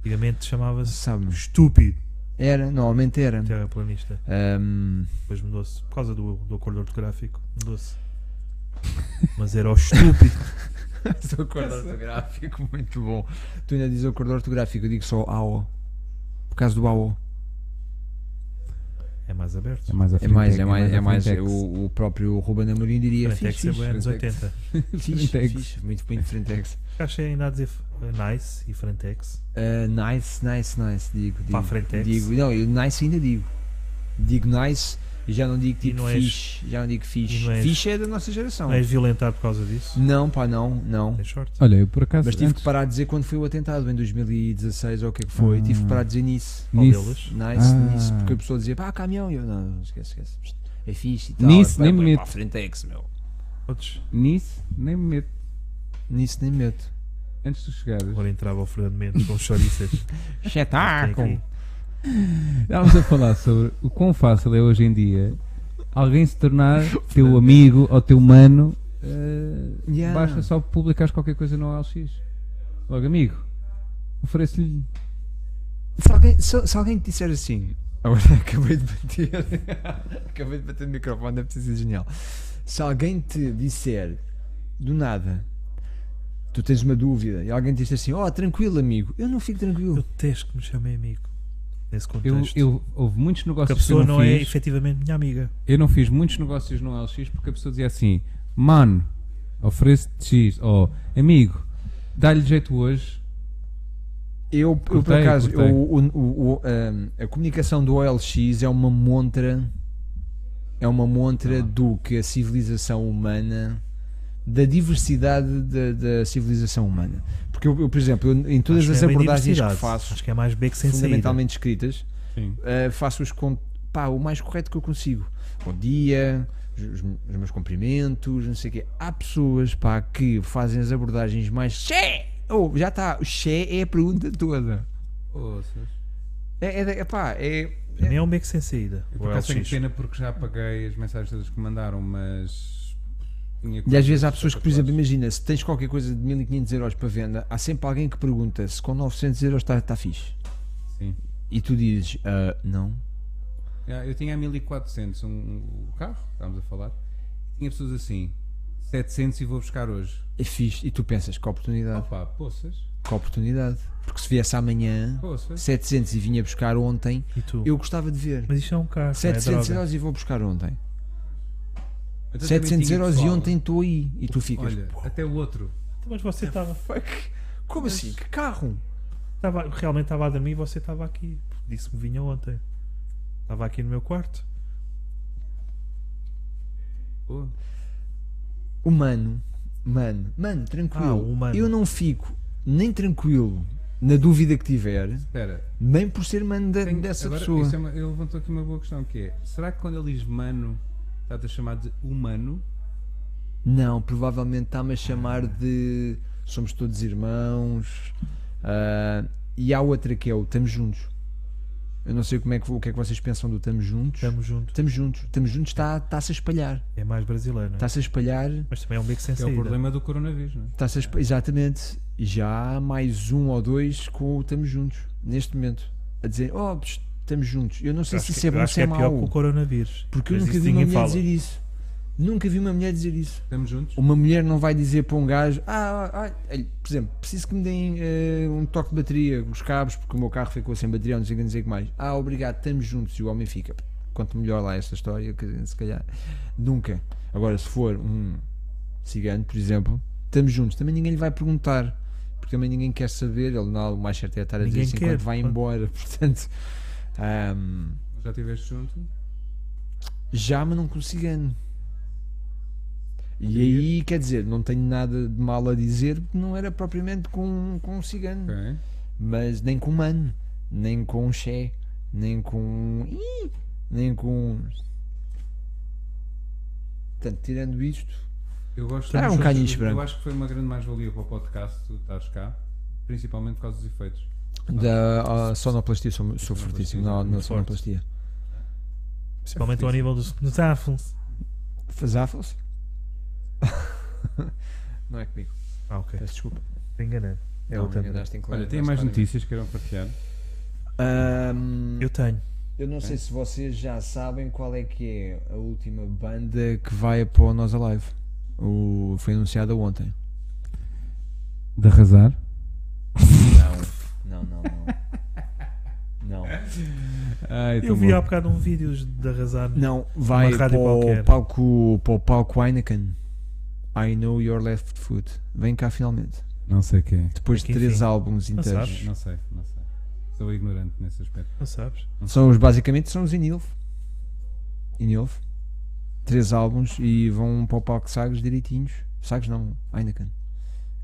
Speaker 3: Antigamente chamava-se
Speaker 2: Sabes?
Speaker 3: estúpido
Speaker 2: Era, normalmente era.
Speaker 3: terraplanista.
Speaker 2: Ahm,
Speaker 3: Depois mudou-se por causa do, do acordo ortográfico. Mudou-se. Mas era o estúpido.
Speaker 2: o acordo ortográfico, muito bom. Tu ainda dizes o acordo ortográfico, eu digo só AO. Por causa do AO.
Speaker 3: É mais
Speaker 1: É
Speaker 3: aberto.
Speaker 1: mais à
Speaker 2: É
Speaker 1: frente,
Speaker 2: mais, é mais, é mais,
Speaker 1: à frente.
Speaker 2: o, o próprio Ruben Amorim diria
Speaker 3: Frentex
Speaker 2: fixe,
Speaker 3: é bué anos
Speaker 2: fixe,
Speaker 3: 80.
Speaker 2: fixe,
Speaker 1: Frentex.
Speaker 2: fixe, muito bem de Frentex.
Speaker 3: Caixa ainda a dizer eh, nice e Frentex.
Speaker 2: Uh, nice, nice, nice, digo, digo.
Speaker 3: Pá, Frentex.
Speaker 2: Digo, não, eu nice ainda digo. Digo nice e já não digo
Speaker 3: E
Speaker 2: tipo
Speaker 3: não és-
Speaker 2: fixe, já não digo fixe.
Speaker 3: e não és-
Speaker 2: Fixe é da nossa geração.
Speaker 3: Não és É violentado por causa disso?
Speaker 2: Não, pá, não, não.
Speaker 3: Tem short.
Speaker 1: Olha, eu por acaso
Speaker 2: Mas tive que
Speaker 1: antes,
Speaker 2: parar de dizer quando foi o atentado, em 2016 ou o que é que
Speaker 3: Ah.
Speaker 2: foi, tive que parar de dizer nice.
Speaker 3: Qual
Speaker 1: nisso,
Speaker 3: deles?
Speaker 2: Nice,
Speaker 1: Ah.
Speaker 2: nice, porque a pessoa dizia pá, caminhão, e eu não, não, esquece, esquece. É fixe e tal.
Speaker 1: Nice,
Speaker 2: pá,
Speaker 1: nem
Speaker 2: pá,
Speaker 1: me
Speaker 2: pá, Frentex, é meu.
Speaker 3: Outros.
Speaker 1: nisso, nem me meto.
Speaker 2: Nice, nem medo.
Speaker 1: Antes de chegares,
Speaker 3: Agora entrava o Fernando Mendes com chouriças. Tem
Speaker 2: Espetáculo!
Speaker 3: aqui.
Speaker 1: estávamos a falar sobre o quão fácil é hoje em dia alguém se tornar teu amigo ou teu mano. eh,
Speaker 2: Yeah.
Speaker 1: Basta só publicares qualquer coisa no OLX. Logo, amigo, ofereço-lhe.
Speaker 2: Se alguém, se, se alguém te disser assim, agora acabei de bater, acabei de bater no microfone, é preciso ser genial. Se alguém te disser do nada, tu tens uma dúvida e alguém te diz assim, ó, tranquilo, amigo, eu não fico
Speaker 3: Eu
Speaker 2: tranquilo.
Speaker 3: detesto que me chamem amigo. Nesse
Speaker 1: Eu,
Speaker 3: contexto.
Speaker 1: eu, houve muitos
Speaker 3: Porque
Speaker 1: negócios
Speaker 3: a pessoa
Speaker 1: que eu
Speaker 3: não,
Speaker 1: não,
Speaker 3: é
Speaker 1: fiz.
Speaker 3: efetivamente minha amiga.
Speaker 1: Eu não fiz muitos negócios no LX porque a pessoa dizia assim: Mano, ofereço-te X. Ou amigo, dá-lhe jeito hoje.
Speaker 2: Eu, eu por
Speaker 1: Cortei,
Speaker 2: acaso,
Speaker 1: cortei.
Speaker 2: eu- o- o- o, ahm, a comunicação do OLX é uma montra, é uma montra
Speaker 3: Tá
Speaker 2: do que a civilização humana, da diversidade da, da civilização humana. Porque eu, eu, por exemplo, eu, em todas
Speaker 3: Acho
Speaker 2: as
Speaker 3: que não é bem
Speaker 2: abordagens que
Speaker 3: diversidade.
Speaker 2: faço,
Speaker 3: Acho que é mais beco sem saída.
Speaker 2: fundamentalmente escritas, uh, faço-os com pá, o mais correto que eu consigo. Bom dia, os, os meus cumprimentos, não sei o quê. Há pessoas pá, que fazem as abordagens mais xé! Oh, já está, o xé é a pergunta toda. É, é, da- é pá, é.
Speaker 3: Nem é um beco sem saída.
Speaker 1: Eu
Speaker 3: O
Speaker 1: por acaso tenho
Speaker 3: LX.
Speaker 1: pena porque já apaguei as mensagens todas que mandaram, mas
Speaker 2: E às vezes há pessoas que, por exemplo, imagina, se tens qualquer coisa de 1500 euros para venda, há sempre alguém que pergunta se com 900 euros está tá fixe.
Speaker 1: Sim.
Speaker 2: E tu dizes, "Ah, não.
Speaker 1: assim. Ah, Eu tinha a 1400 um, um, o carro, estávamos a falar. Tinha pessoas assim, 700 e vou buscar hoje.
Speaker 2: É fixe. E tu pensas, que oportunidade,
Speaker 1: Opa, poças,
Speaker 2: que oportunidade. Porque se viesse amanhã,
Speaker 1: poças.
Speaker 2: 700 e vinha buscar ontem,
Speaker 3: E tu?
Speaker 2: eu gostava de ver.
Speaker 3: Mas isto é um carro, não é
Speaker 2: 700
Speaker 3: droga.
Speaker 2: euros e vou buscar ontem.
Speaker 1: Então, também
Speaker 2: 700
Speaker 1: tinha
Speaker 2: euros e um
Speaker 1: pessoal,
Speaker 2: ontem estou aí. E tu ficas,
Speaker 1: Olha, até o outro.
Speaker 3: Mas você
Speaker 2: É.
Speaker 3: estava...
Speaker 2: fuck, como assim? Que carro?
Speaker 3: Tava, realmente estava a dormir e você estava aqui. Disse-me vinha ontem. Estava aqui no meu quarto.
Speaker 1: Oh,
Speaker 2: Humano, mano, mano, tranquilo.
Speaker 3: Ah, humano.
Speaker 2: Eu não fico nem tranquilo na dúvida que tiver,
Speaker 1: espera,
Speaker 2: nem por ser mano de-
Speaker 1: Tenho-
Speaker 2: dessa
Speaker 1: agora,
Speaker 2: pessoa.
Speaker 1: isso é uma- ele levantou aqui uma boa questão que é: será que quando ele diz mano, está-te a chamar de humano?
Speaker 2: Não, provavelmente está-me a chamar de somos todos irmãos. ah, e há outra que é o estamos juntos. Eu não sei como é que, o que é que vocês pensam do estamos juntos.
Speaker 3: Estamos junto.
Speaker 2: Estamos juntos, estamos juntos, está- está-se a espalhar.
Speaker 3: É mais brasileiro, não é?
Speaker 2: Está-se a espalhar
Speaker 3: Mas também é um beco sem
Speaker 1: Que é o
Speaker 3: saída.
Speaker 1: problema do coronavírus, não é?
Speaker 2: Está -se exatamente. E Já há mais um ou dois com o Estamos Juntos, neste momento. A dizer, oh, psh, estamos juntos. Eu não sei
Speaker 3: Eu
Speaker 2: se
Speaker 3: acho
Speaker 2: isso
Speaker 3: que-
Speaker 2: é
Speaker 3: eu
Speaker 2: bom ou
Speaker 3: acho
Speaker 2: se
Speaker 3: que
Speaker 2: é
Speaker 3: é pior que
Speaker 2: mau.
Speaker 3: o coronavírus.
Speaker 2: Porque eu
Speaker 3: Mas
Speaker 2: nunca
Speaker 3: isso
Speaker 2: vi uma
Speaker 3: ninguém
Speaker 2: mulher
Speaker 3: fala.
Speaker 2: dizer isso. Nunca vi uma mulher dizer isso.
Speaker 1: Estamos juntos?
Speaker 2: Uma mulher não vai dizer para um gajo, ah, ah, ah, olha, por exemplo, preciso que me deem eh, um toque de bateria, os cabos, porque o meu carro ficou sem bateria, não sei o que, não sei o que mais. Ah, obrigado, estamos juntos. E o homem fica. Quanto melhor lá esta história, que se calhar. Nunca. Agora, se for um cigano, por exemplo, estamos juntos. Também ninguém lhe vai perguntar, porque também ninguém quer saber. Ele não, o mais certo é estar a dizer
Speaker 3: Ninguém
Speaker 2: isso
Speaker 3: quer,
Speaker 2: enquanto vai
Speaker 3: claro.
Speaker 2: embora. Portanto, ahm,
Speaker 1: Já estiveste junto?
Speaker 2: já, mas não com o cigano. E aí, quer dizer, não tenho nada de mal a dizer, porque não era propriamente com, com um cigano,
Speaker 1: Ok.
Speaker 2: mas nem com um mano, nem com um xé, nem com. um ih, nem com. um- Portanto, tirando isto,
Speaker 1: Eu gosto
Speaker 2: Ah,
Speaker 1: dos
Speaker 2: um
Speaker 1: outros-
Speaker 2: caniche
Speaker 1: eu,
Speaker 2: branco.
Speaker 1: acho que foi uma grande mais-valia para o podcast tu estás cá, principalmente por causa dos efeitos.
Speaker 2: da a Ah, sonoplastia, sou, sou fortíssimo na, na
Speaker 3: Muito forte.
Speaker 2: sonoplastia.
Speaker 3: Principalmente ao nível dos dos afos.
Speaker 2: Fazafos? não é comigo,
Speaker 3: Ah, ok.
Speaker 2: peço desculpa.
Speaker 3: Te enganei. É
Speaker 2: Não,
Speaker 3: o também.
Speaker 2: enganaste em claro,
Speaker 1: Olha, tem
Speaker 2: enganaste
Speaker 1: mais um
Speaker 2: claramente.
Speaker 1: notícias que queiram partilhar?
Speaker 2: Ahm,
Speaker 3: Eu tenho.
Speaker 2: Eu não sei se vocês já sabem qual é que é a última banda que vai para o Nós Alive. O, foi anunciada ontem.
Speaker 1: De arrasar?
Speaker 2: Não, não, não. Não.
Speaker 1: Ai,
Speaker 3: Eu vi há bocado um vídeo de arrasar.
Speaker 2: Não, vai
Speaker 3: Uma
Speaker 2: para
Speaker 3: rádio
Speaker 2: o,
Speaker 3: qualquer.
Speaker 2: palco, para o palco Heineken. I Know Your Left Foot. Vem cá finalmente.
Speaker 1: Não sei quem.
Speaker 2: Depois de
Speaker 3: Aqui,
Speaker 2: três
Speaker 3: enfim.
Speaker 2: álbuns inteiros.
Speaker 3: sabes?
Speaker 1: Não sei, não sei. Sou ignorante nesse aspecto.
Speaker 3: Não sabes?
Speaker 2: São os, basicamente são os Inilf. Inilf. Três álbuns e vão para o palco Sagres direitinhos. Sagres não, Heineken.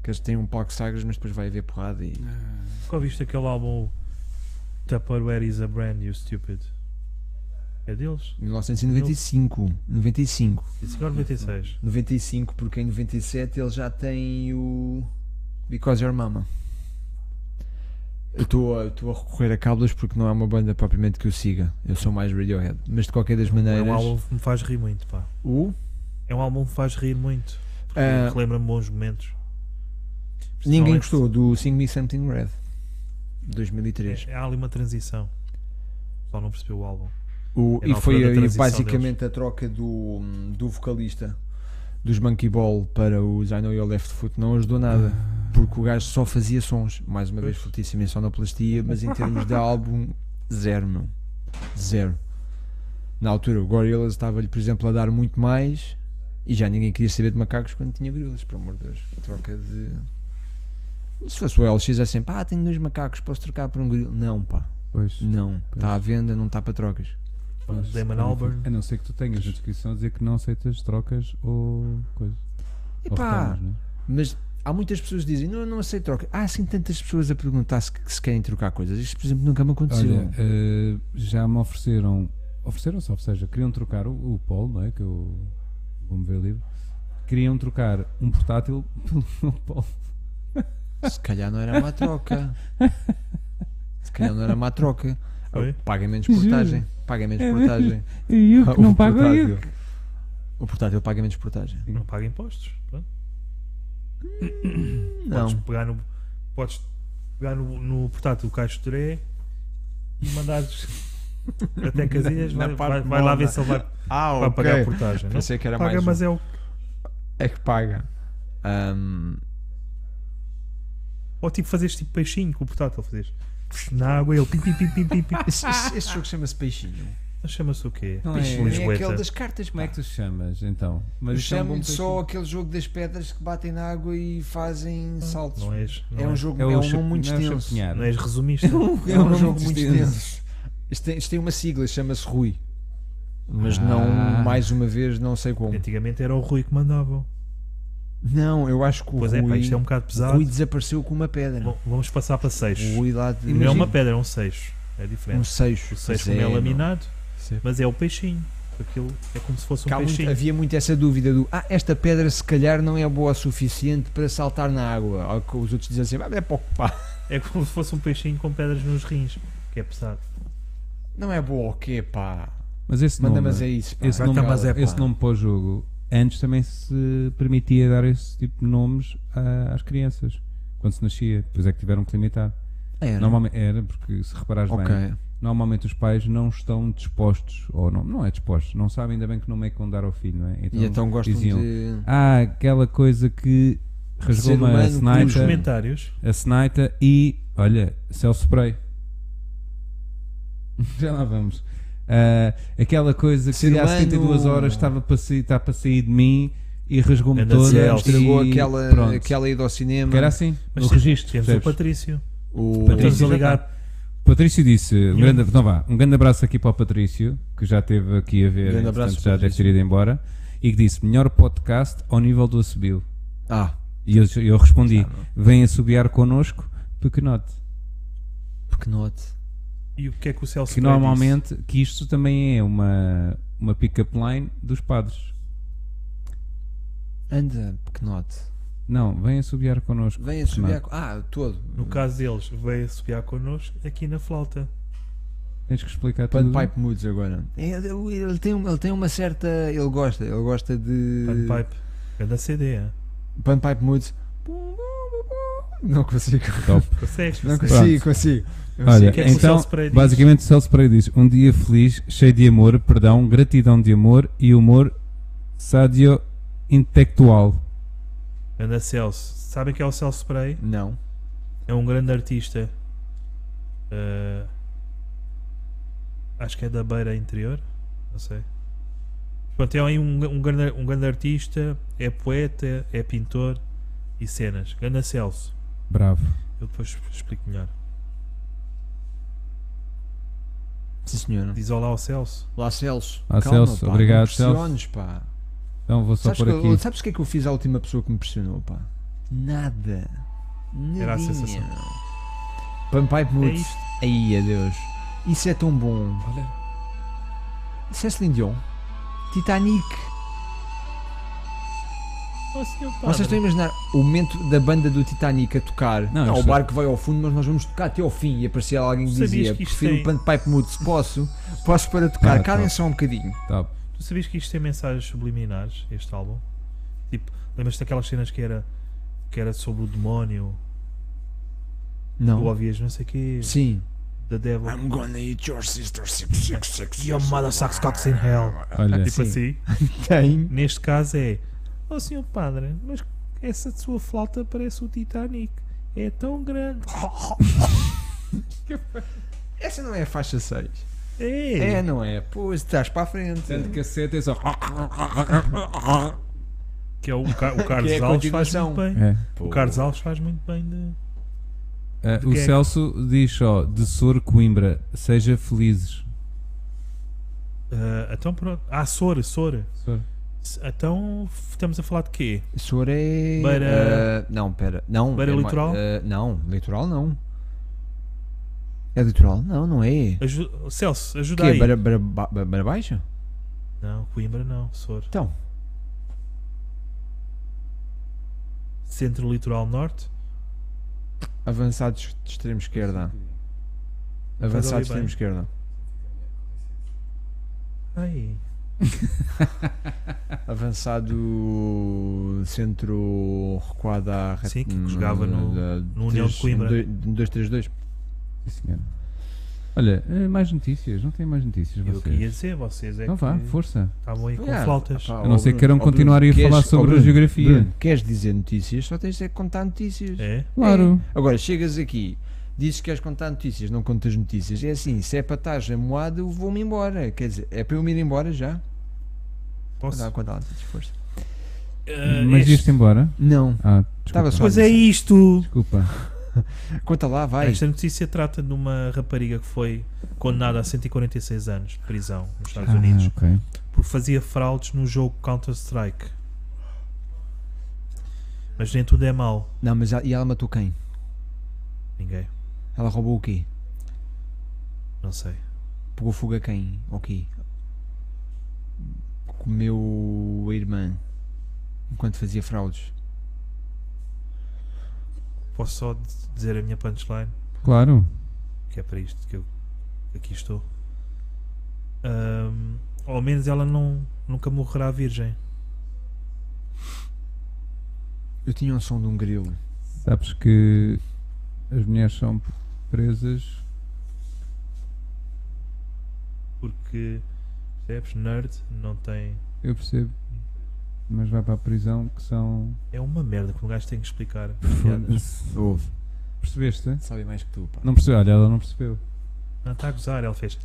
Speaker 2: Que eles têm um palco Sagres, mas depois vai haver porrada e.
Speaker 1: Ah.
Speaker 3: Qual viste aquele álbum o Tupperware is a Brand New Stupid? É deles?
Speaker 2: 1995, 95,
Speaker 3: Isso agora 96.
Speaker 2: 95, porque em 97 ele já tem o Because Your Mama. Eu estou a, eu estou a recorrer a cábulas porque não é uma banda propriamente que eu siga. Eu sou mais Radiohead. Mas de qualquer das
Speaker 3: É
Speaker 2: maneiras,
Speaker 3: um álbum que me faz rir muito, pá.
Speaker 2: o
Speaker 3: É um álbum que faz rir muito. Porque
Speaker 2: Ah.
Speaker 3: relembra-me bons momentos.
Speaker 2: ninguém
Speaker 3: Principalmente-
Speaker 2: gostou do Sing Me Something Red 2003.
Speaker 3: É, há ali uma transição. Só não percebeu o álbum.
Speaker 2: O-
Speaker 3: É
Speaker 2: e
Speaker 3: na
Speaker 2: foi
Speaker 3: altura da
Speaker 2: aí
Speaker 3: transição
Speaker 2: basicamente a troca do, do vocalista dos Monkey Ball para os I Know Your Left Foot não ajudou nada. Porque o gajo só fazia sons, mais uma vez fortíssimo em sonoplastia, mas em termos de álbum, zero, meu. Zero. Na altura, o Gorillaz estava-lhe, por exemplo, a dar muito mais e já ninguém queria saber de macacos quando tinha gorilas, por amor de Deus. A troca de. Se fosse o LX, é sempre, ah, tenho dois macacos, posso trocar por um gorila. Não, pá,
Speaker 1: Pois.
Speaker 2: não. Está à venda, não está para trocas.
Speaker 1: Pois.
Speaker 2: é
Speaker 3: Damon Albarn.
Speaker 1: A não ser que tu tenhas na descrição a dizer que não aceitas trocas ou coisa. Ou
Speaker 2: Epá,
Speaker 1: retornos, não é?
Speaker 2: mas há muitas pessoas que dizem, não, eu não aceito troca. Há assim tantas pessoas a perguntar se, se querem trocar coisas. Isto, por exemplo, nunca me aconteceu.
Speaker 1: Olha, eh, já me ofereceram, ofereceram-se, ou seja, queriam trocar o, o Polo, não é? Que eu vou-me ver livre. Queriam trocar um portátil pelo meu Polo.
Speaker 2: Se calhar não era má troca. se calhar não era má troca.
Speaker 3: Oi?
Speaker 2: Ah,
Speaker 1: Ah, um
Speaker 2: Paga menos portagem. Paga menos portagem.
Speaker 1: E eu
Speaker 2: O portátil. O portátil paga menos portagem.
Speaker 3: Não paga impostos. Pronto.
Speaker 2: Não.
Speaker 3: Podes pegar no, podes pegar no, no portátil o Caixo Toré e mandares até Casilhas.
Speaker 2: Na
Speaker 3: Vai,
Speaker 2: parte
Speaker 3: vai- vai lá
Speaker 2: móvel.
Speaker 3: ver se ele vai,
Speaker 2: Ah,
Speaker 3: vai pagar a portagem. Não
Speaker 2: Pensei que era
Speaker 3: paga,
Speaker 2: mais. um.
Speaker 3: mas é o.
Speaker 2: É que paga. Ahm,
Speaker 3: Ou tipo fazeres tipo peixinho com o portátil. Fazes na água ele. Pim, pim, pim, pim, pim, pim.
Speaker 2: esse, esse- esse jogo chama-se Peixinho.
Speaker 3: Mas Chama-se o quê?
Speaker 1: Não é-
Speaker 3: Peixinho
Speaker 1: é
Speaker 3: Lisboeta.
Speaker 2: cartas,
Speaker 1: Como é que tu chamas então?
Speaker 2: Eu
Speaker 1: Mas isto é um bom
Speaker 2: chamo só
Speaker 1: peixinho.
Speaker 2: aquele jogo das pedras que batem na água e fazem saltos.
Speaker 3: Não és, não,
Speaker 2: é um
Speaker 3: és,
Speaker 2: jogo,
Speaker 1: É
Speaker 2: é,
Speaker 1: o
Speaker 2: um
Speaker 1: chapu-
Speaker 2: nome muito
Speaker 1: não é o
Speaker 2: extenso.
Speaker 1: chapunhar.
Speaker 3: não és resumista.
Speaker 2: É um jogo muito extenso. Isto tem, isto tem uma sigla, chama-se Rui. Mas
Speaker 1: Ah.
Speaker 2: não, mais uma vez, não sei como.
Speaker 3: Antigamente era o Rui que mandava.
Speaker 2: Não, eu acho que o
Speaker 3: Pois é,
Speaker 2: Rui,
Speaker 3: pá, isto é um bocado
Speaker 2: o
Speaker 3: pesado.
Speaker 2: Rui desapareceu com uma pedra.
Speaker 3: Bom, vamos passar para 6.
Speaker 2: o Rui lá de
Speaker 3: Não é uma pedra, é um 6. É diferente.
Speaker 2: um seixo.
Speaker 3: O 6
Speaker 2: Pois
Speaker 3: como é
Speaker 2: não.
Speaker 3: laminado,
Speaker 2: Sim.
Speaker 3: mas é o peixinho. Aquilo é como se fosse um
Speaker 2: Que há muito-
Speaker 3: peixinho.
Speaker 2: havia muito essa dúvida do ah, esta pedra se calhar não é boa o suficiente para saltar na água. Ao que Os outros dizem assim, "Ah, é pouco pá,
Speaker 3: É como se fosse um peixinho com pedras nos rins. Que é pesado.
Speaker 2: não é boa o quê, pá?
Speaker 1: Mas esse
Speaker 2: Manda,
Speaker 1: nome,
Speaker 2: mas é isso. Pá.
Speaker 1: esse,
Speaker 3: Vai
Speaker 1: nome,
Speaker 3: cá, mas é pá.
Speaker 1: esse nome para o jogo antes também se permitia dar esse tipo de nomes a- às crianças quando se nascia. Depois é que tiveram que limitar.
Speaker 2: Era.
Speaker 1: Normalmente era, porque se reparares
Speaker 2: Ok.
Speaker 1: bem, normalmente os pais não estão dispostos, ou não, não é dispostos, não sabem ainda bem que nome é que vão dar ao filho, não é?
Speaker 2: E então gostam
Speaker 1: diziam,
Speaker 2: de.
Speaker 1: Ah, aquela coisa que rasgou
Speaker 2: Ser
Speaker 1: uma
Speaker 2: humano com os
Speaker 3: Nos
Speaker 1: Sniper,
Speaker 3: comentários,
Speaker 1: a Sniper e, olha, Cell Spray. Já lá vamos. Ah, aquela coisa que
Speaker 2: Ser
Speaker 1: há 72
Speaker 2: humano.
Speaker 1: horas estava para sair, está para sair de mim e rasgou-me
Speaker 3: Anda
Speaker 1: toda.
Speaker 3: Zelf.
Speaker 2: Estragou
Speaker 1: e
Speaker 2: aquela,
Speaker 1: pronto.
Speaker 2: aquela ida ao cinema.
Speaker 1: Que era assim,
Speaker 3: Mas
Speaker 1: no
Speaker 3: sim,
Speaker 1: registro.
Speaker 3: temos o
Speaker 1: percebes?
Speaker 3: Patrício.
Speaker 2: o...
Speaker 1: Patrício
Speaker 3: Estamos a
Speaker 1: já
Speaker 3: ligar.
Speaker 1: Patrício disse, um grande, então vá, um grande abraço aqui para o Patrício, que já esteve aqui a ver,
Speaker 2: Um
Speaker 1: né,
Speaker 2: Grande
Speaker 1: portanto
Speaker 2: abraço,
Speaker 1: já deve
Speaker 2: Patrício.
Speaker 1: ter ido embora, e que disse, melhor podcast ao nível do Acebil.
Speaker 2: Ah,
Speaker 1: E eu, eu respondi, vem assobiar connosco, porque note
Speaker 2: porque note.
Speaker 3: E o que é que o Celso
Speaker 1: que
Speaker 3: Freire disse?
Speaker 1: normalmente, que isto também é uma, uma pick-up line dos padres.
Speaker 2: Anda, pequenote.
Speaker 1: Não, vem assobiar connosco.
Speaker 2: Vem a
Speaker 1: porque
Speaker 2: subir.
Speaker 1: note.
Speaker 2: a- Ah, todo.
Speaker 3: No caso deles, veio assobiar connosco aqui na flauta.
Speaker 1: Tens que explicar tudo.
Speaker 2: Panpipe Moods agora. É, Ele, ele tem, ele tem uma certa. Ele gosta. Ele gosta de.
Speaker 3: Panpipe. Ganda CD, hein?
Speaker 2: Panpipe Moods. Não consigo.
Speaker 1: Top.
Speaker 3: Consegues?
Speaker 2: Não
Speaker 3: consegues.
Speaker 2: consigo, consigo. Eu
Speaker 1: Olha,
Speaker 2: sei que é-
Speaker 3: que o
Speaker 1: então,
Speaker 3: Celso Pereira diz?
Speaker 1: basicamente, o Celso Pereira diz: Um dia feliz, cheio de amor, perdão, gratidão de amor e humor sádio intelectual.
Speaker 3: Ganda Celso. Sabem que é o Celso Spray?
Speaker 2: Não.
Speaker 3: É um grande artista. Ah, acho que é da beira interior. Não sei. Pronto, é aí um, um, grande, um grande artista. É poeta, é pintor e cenas. Ganda Celso.
Speaker 1: Bravo.
Speaker 3: Eu depois explico melhor.
Speaker 2: Sim, senhora.
Speaker 3: Diz olá ao Celso.
Speaker 2: Lá Celso.
Speaker 1: Lá,
Speaker 2: Calma,
Speaker 1: Celso.
Speaker 2: pá,
Speaker 1: Obrigado,
Speaker 2: não pressiones, pá.
Speaker 1: Então vou só
Speaker 2: Sabes,
Speaker 1: por
Speaker 2: que eu-
Speaker 1: aqui.
Speaker 2: sabes o que é que eu fiz à última pessoa que me pressionou, pá? Nada.
Speaker 3: Era a
Speaker 2: Nadinha.
Speaker 3: sensação.
Speaker 2: Pumpipe
Speaker 3: É
Speaker 2: Moods.
Speaker 3: isto.
Speaker 2: Aí, adeus. Isso é tão bom. Isso é Celine Dion. Titanic.
Speaker 3: Oh, senhor padre.
Speaker 2: Vocês estão a imaginar o momento da banda do Titanic a tocar?
Speaker 1: Não, eu
Speaker 2: ah, o
Speaker 1: sei.
Speaker 2: barco vai ao fundo, mas nós vamos tocar até ao fim. E aparecia alguém que
Speaker 3: Sabias
Speaker 2: dizia:
Speaker 3: que isto é
Speaker 2: Prefiro o
Speaker 3: tem-
Speaker 2: Pumpipe Moods. Posso? Posso para tocar?
Speaker 1: Ah,
Speaker 2: Calem
Speaker 1: tá.
Speaker 2: só um bocadinho.
Speaker 1: Top.
Speaker 3: Tu sabias que isto tem mensagens subliminares, este álbum? Tipo, lembras-te daquelas cenas que era, que era sobre o demónio? Tu
Speaker 2: Não.
Speaker 3: ouvias não sei o quê,
Speaker 2: Sim. Ah,
Speaker 3: The Devil.
Speaker 4: gonna eat your sister six six six.
Speaker 3: Your mother sucks cocks in hell.
Speaker 1: Olha,
Speaker 3: Tipo assim.
Speaker 2: Tem.
Speaker 3: Neste caso é, oh senhor padre, mas essa sua flauta parece o Titanic. É tão grande.
Speaker 2: Essa não é a faixa 6.
Speaker 3: É,
Speaker 2: É, não é? Pois, estás para a frente.
Speaker 1: tanto cacete é só.
Speaker 3: que é o, Ca- o Carlos
Speaker 2: Que é a
Speaker 3: Alves faz
Speaker 2: continuação.
Speaker 3: muito bem.
Speaker 1: É.
Speaker 3: O Carlos Alves faz muito bem de.
Speaker 1: Ah,
Speaker 3: De
Speaker 1: o
Speaker 3: quem é que-
Speaker 1: Celso diz só: De Sor Coimbra, seja felizes.
Speaker 3: Ah, então pronto. Ah, Sora, Sora.
Speaker 1: Sor.
Speaker 3: Então f- estamos a falar de quê?
Speaker 2: Soré.
Speaker 3: Beira-
Speaker 2: Ah, não, pera. Não.
Speaker 3: Beira
Speaker 2: é ma-
Speaker 3: litoral?
Speaker 2: ah, não, litoral não. É litoral? Não, não é.
Speaker 3: Aju- Celso,
Speaker 2: O
Speaker 3: ajuda
Speaker 2: quê?
Speaker 3: aí.
Speaker 2: Beira, beira, ba- beira, baixa?
Speaker 3: Não, Coimbra não, Sor.
Speaker 2: Então.
Speaker 3: Centro Litoral Norte.
Speaker 2: Avançados de extremo esquerda.
Speaker 3: ali
Speaker 2: Avançados de
Speaker 3: bem.
Speaker 2: extremo esquerda.
Speaker 3: Ai,
Speaker 2: Avançado centro recuada à reta-
Speaker 3: Sim, que jogava no-
Speaker 2: da-
Speaker 3: no União
Speaker 2: três-
Speaker 3: de Coimbra.
Speaker 2: dois- dois, três, dois.
Speaker 1: Sim, senhora. Olha, eh, mais notícias? Não tem mais notícias
Speaker 3: Eu
Speaker 1: vocês?
Speaker 3: queria dizer, vocês é
Speaker 1: Não vá,
Speaker 3: que
Speaker 1: força.
Speaker 3: estavam aí com
Speaker 2: Yeah,
Speaker 3: flautas.
Speaker 2: pá,
Speaker 1: A não
Speaker 2: ó
Speaker 1: ser
Speaker 2: Bruno,
Speaker 1: que queiram
Speaker 2: ó Bruno,
Speaker 1: continuar a ir
Speaker 2: queres-
Speaker 1: falar
Speaker 2: ó
Speaker 1: sobre
Speaker 2: Bruno,
Speaker 1: a geografia.
Speaker 2: Bruno, queres dizer notícias? Só tens é que contar notícias.
Speaker 3: É?
Speaker 1: Claro.
Speaker 2: É. Agora, chegas aqui, dizes que queres contar notícias, não contas notícias. É assim, se é para estar amoado, eu vou-me embora. Quer dizer, é para eu me ir embora já?
Speaker 3: Posso?
Speaker 2: Dá- Conta lá notícias, força.
Speaker 3: Ah,
Speaker 1: Mas
Speaker 3: este-
Speaker 1: ias-te embora?
Speaker 2: Não,
Speaker 1: Ah, desculpa.
Speaker 2: estava só.
Speaker 3: Pois
Speaker 2: a
Speaker 3: é
Speaker 2: dizer.
Speaker 3: isto!
Speaker 1: Desculpa.
Speaker 2: Conta lá, vai.
Speaker 3: Esta notícia trata de uma rapariga que foi condenada a 146 anos de prisão nos Estados
Speaker 1: Ah,
Speaker 3: Unidos
Speaker 1: ok.
Speaker 3: porque fazia fraudes no jogo Counter-Strike. Mas nem tudo é mau.
Speaker 2: Não, mas ela- e ela matou quem?
Speaker 3: Ninguém.
Speaker 2: Ela roubou o quê?
Speaker 3: Não sei.
Speaker 2: Pegou fuga quem? Ou quê? Comeu a irmã enquanto fazia fraudes.
Speaker 3: Posso só d- dizer a minha punchline?
Speaker 1: Claro.
Speaker 3: Que é para isto que eu que aqui estou. Ahm, ao menos ela não, nunca morrerá virgem.
Speaker 2: Eu tinha um som de um grilo.
Speaker 1: Sabes que as mulheres são presas.
Speaker 3: Porque, percebes? Nerd não tem.
Speaker 1: Eu percebo. Mas vai para a prisão que são.
Speaker 3: É uma merda que um gajo tem que explicar. piadas.
Speaker 1: Foda-se.
Speaker 2: Ouve.
Speaker 1: Percebeste?
Speaker 2: Sabe mais que tu, pá.
Speaker 1: Não percebeu? Olha, ela não percebeu.
Speaker 3: Não está a gozar, ele fez.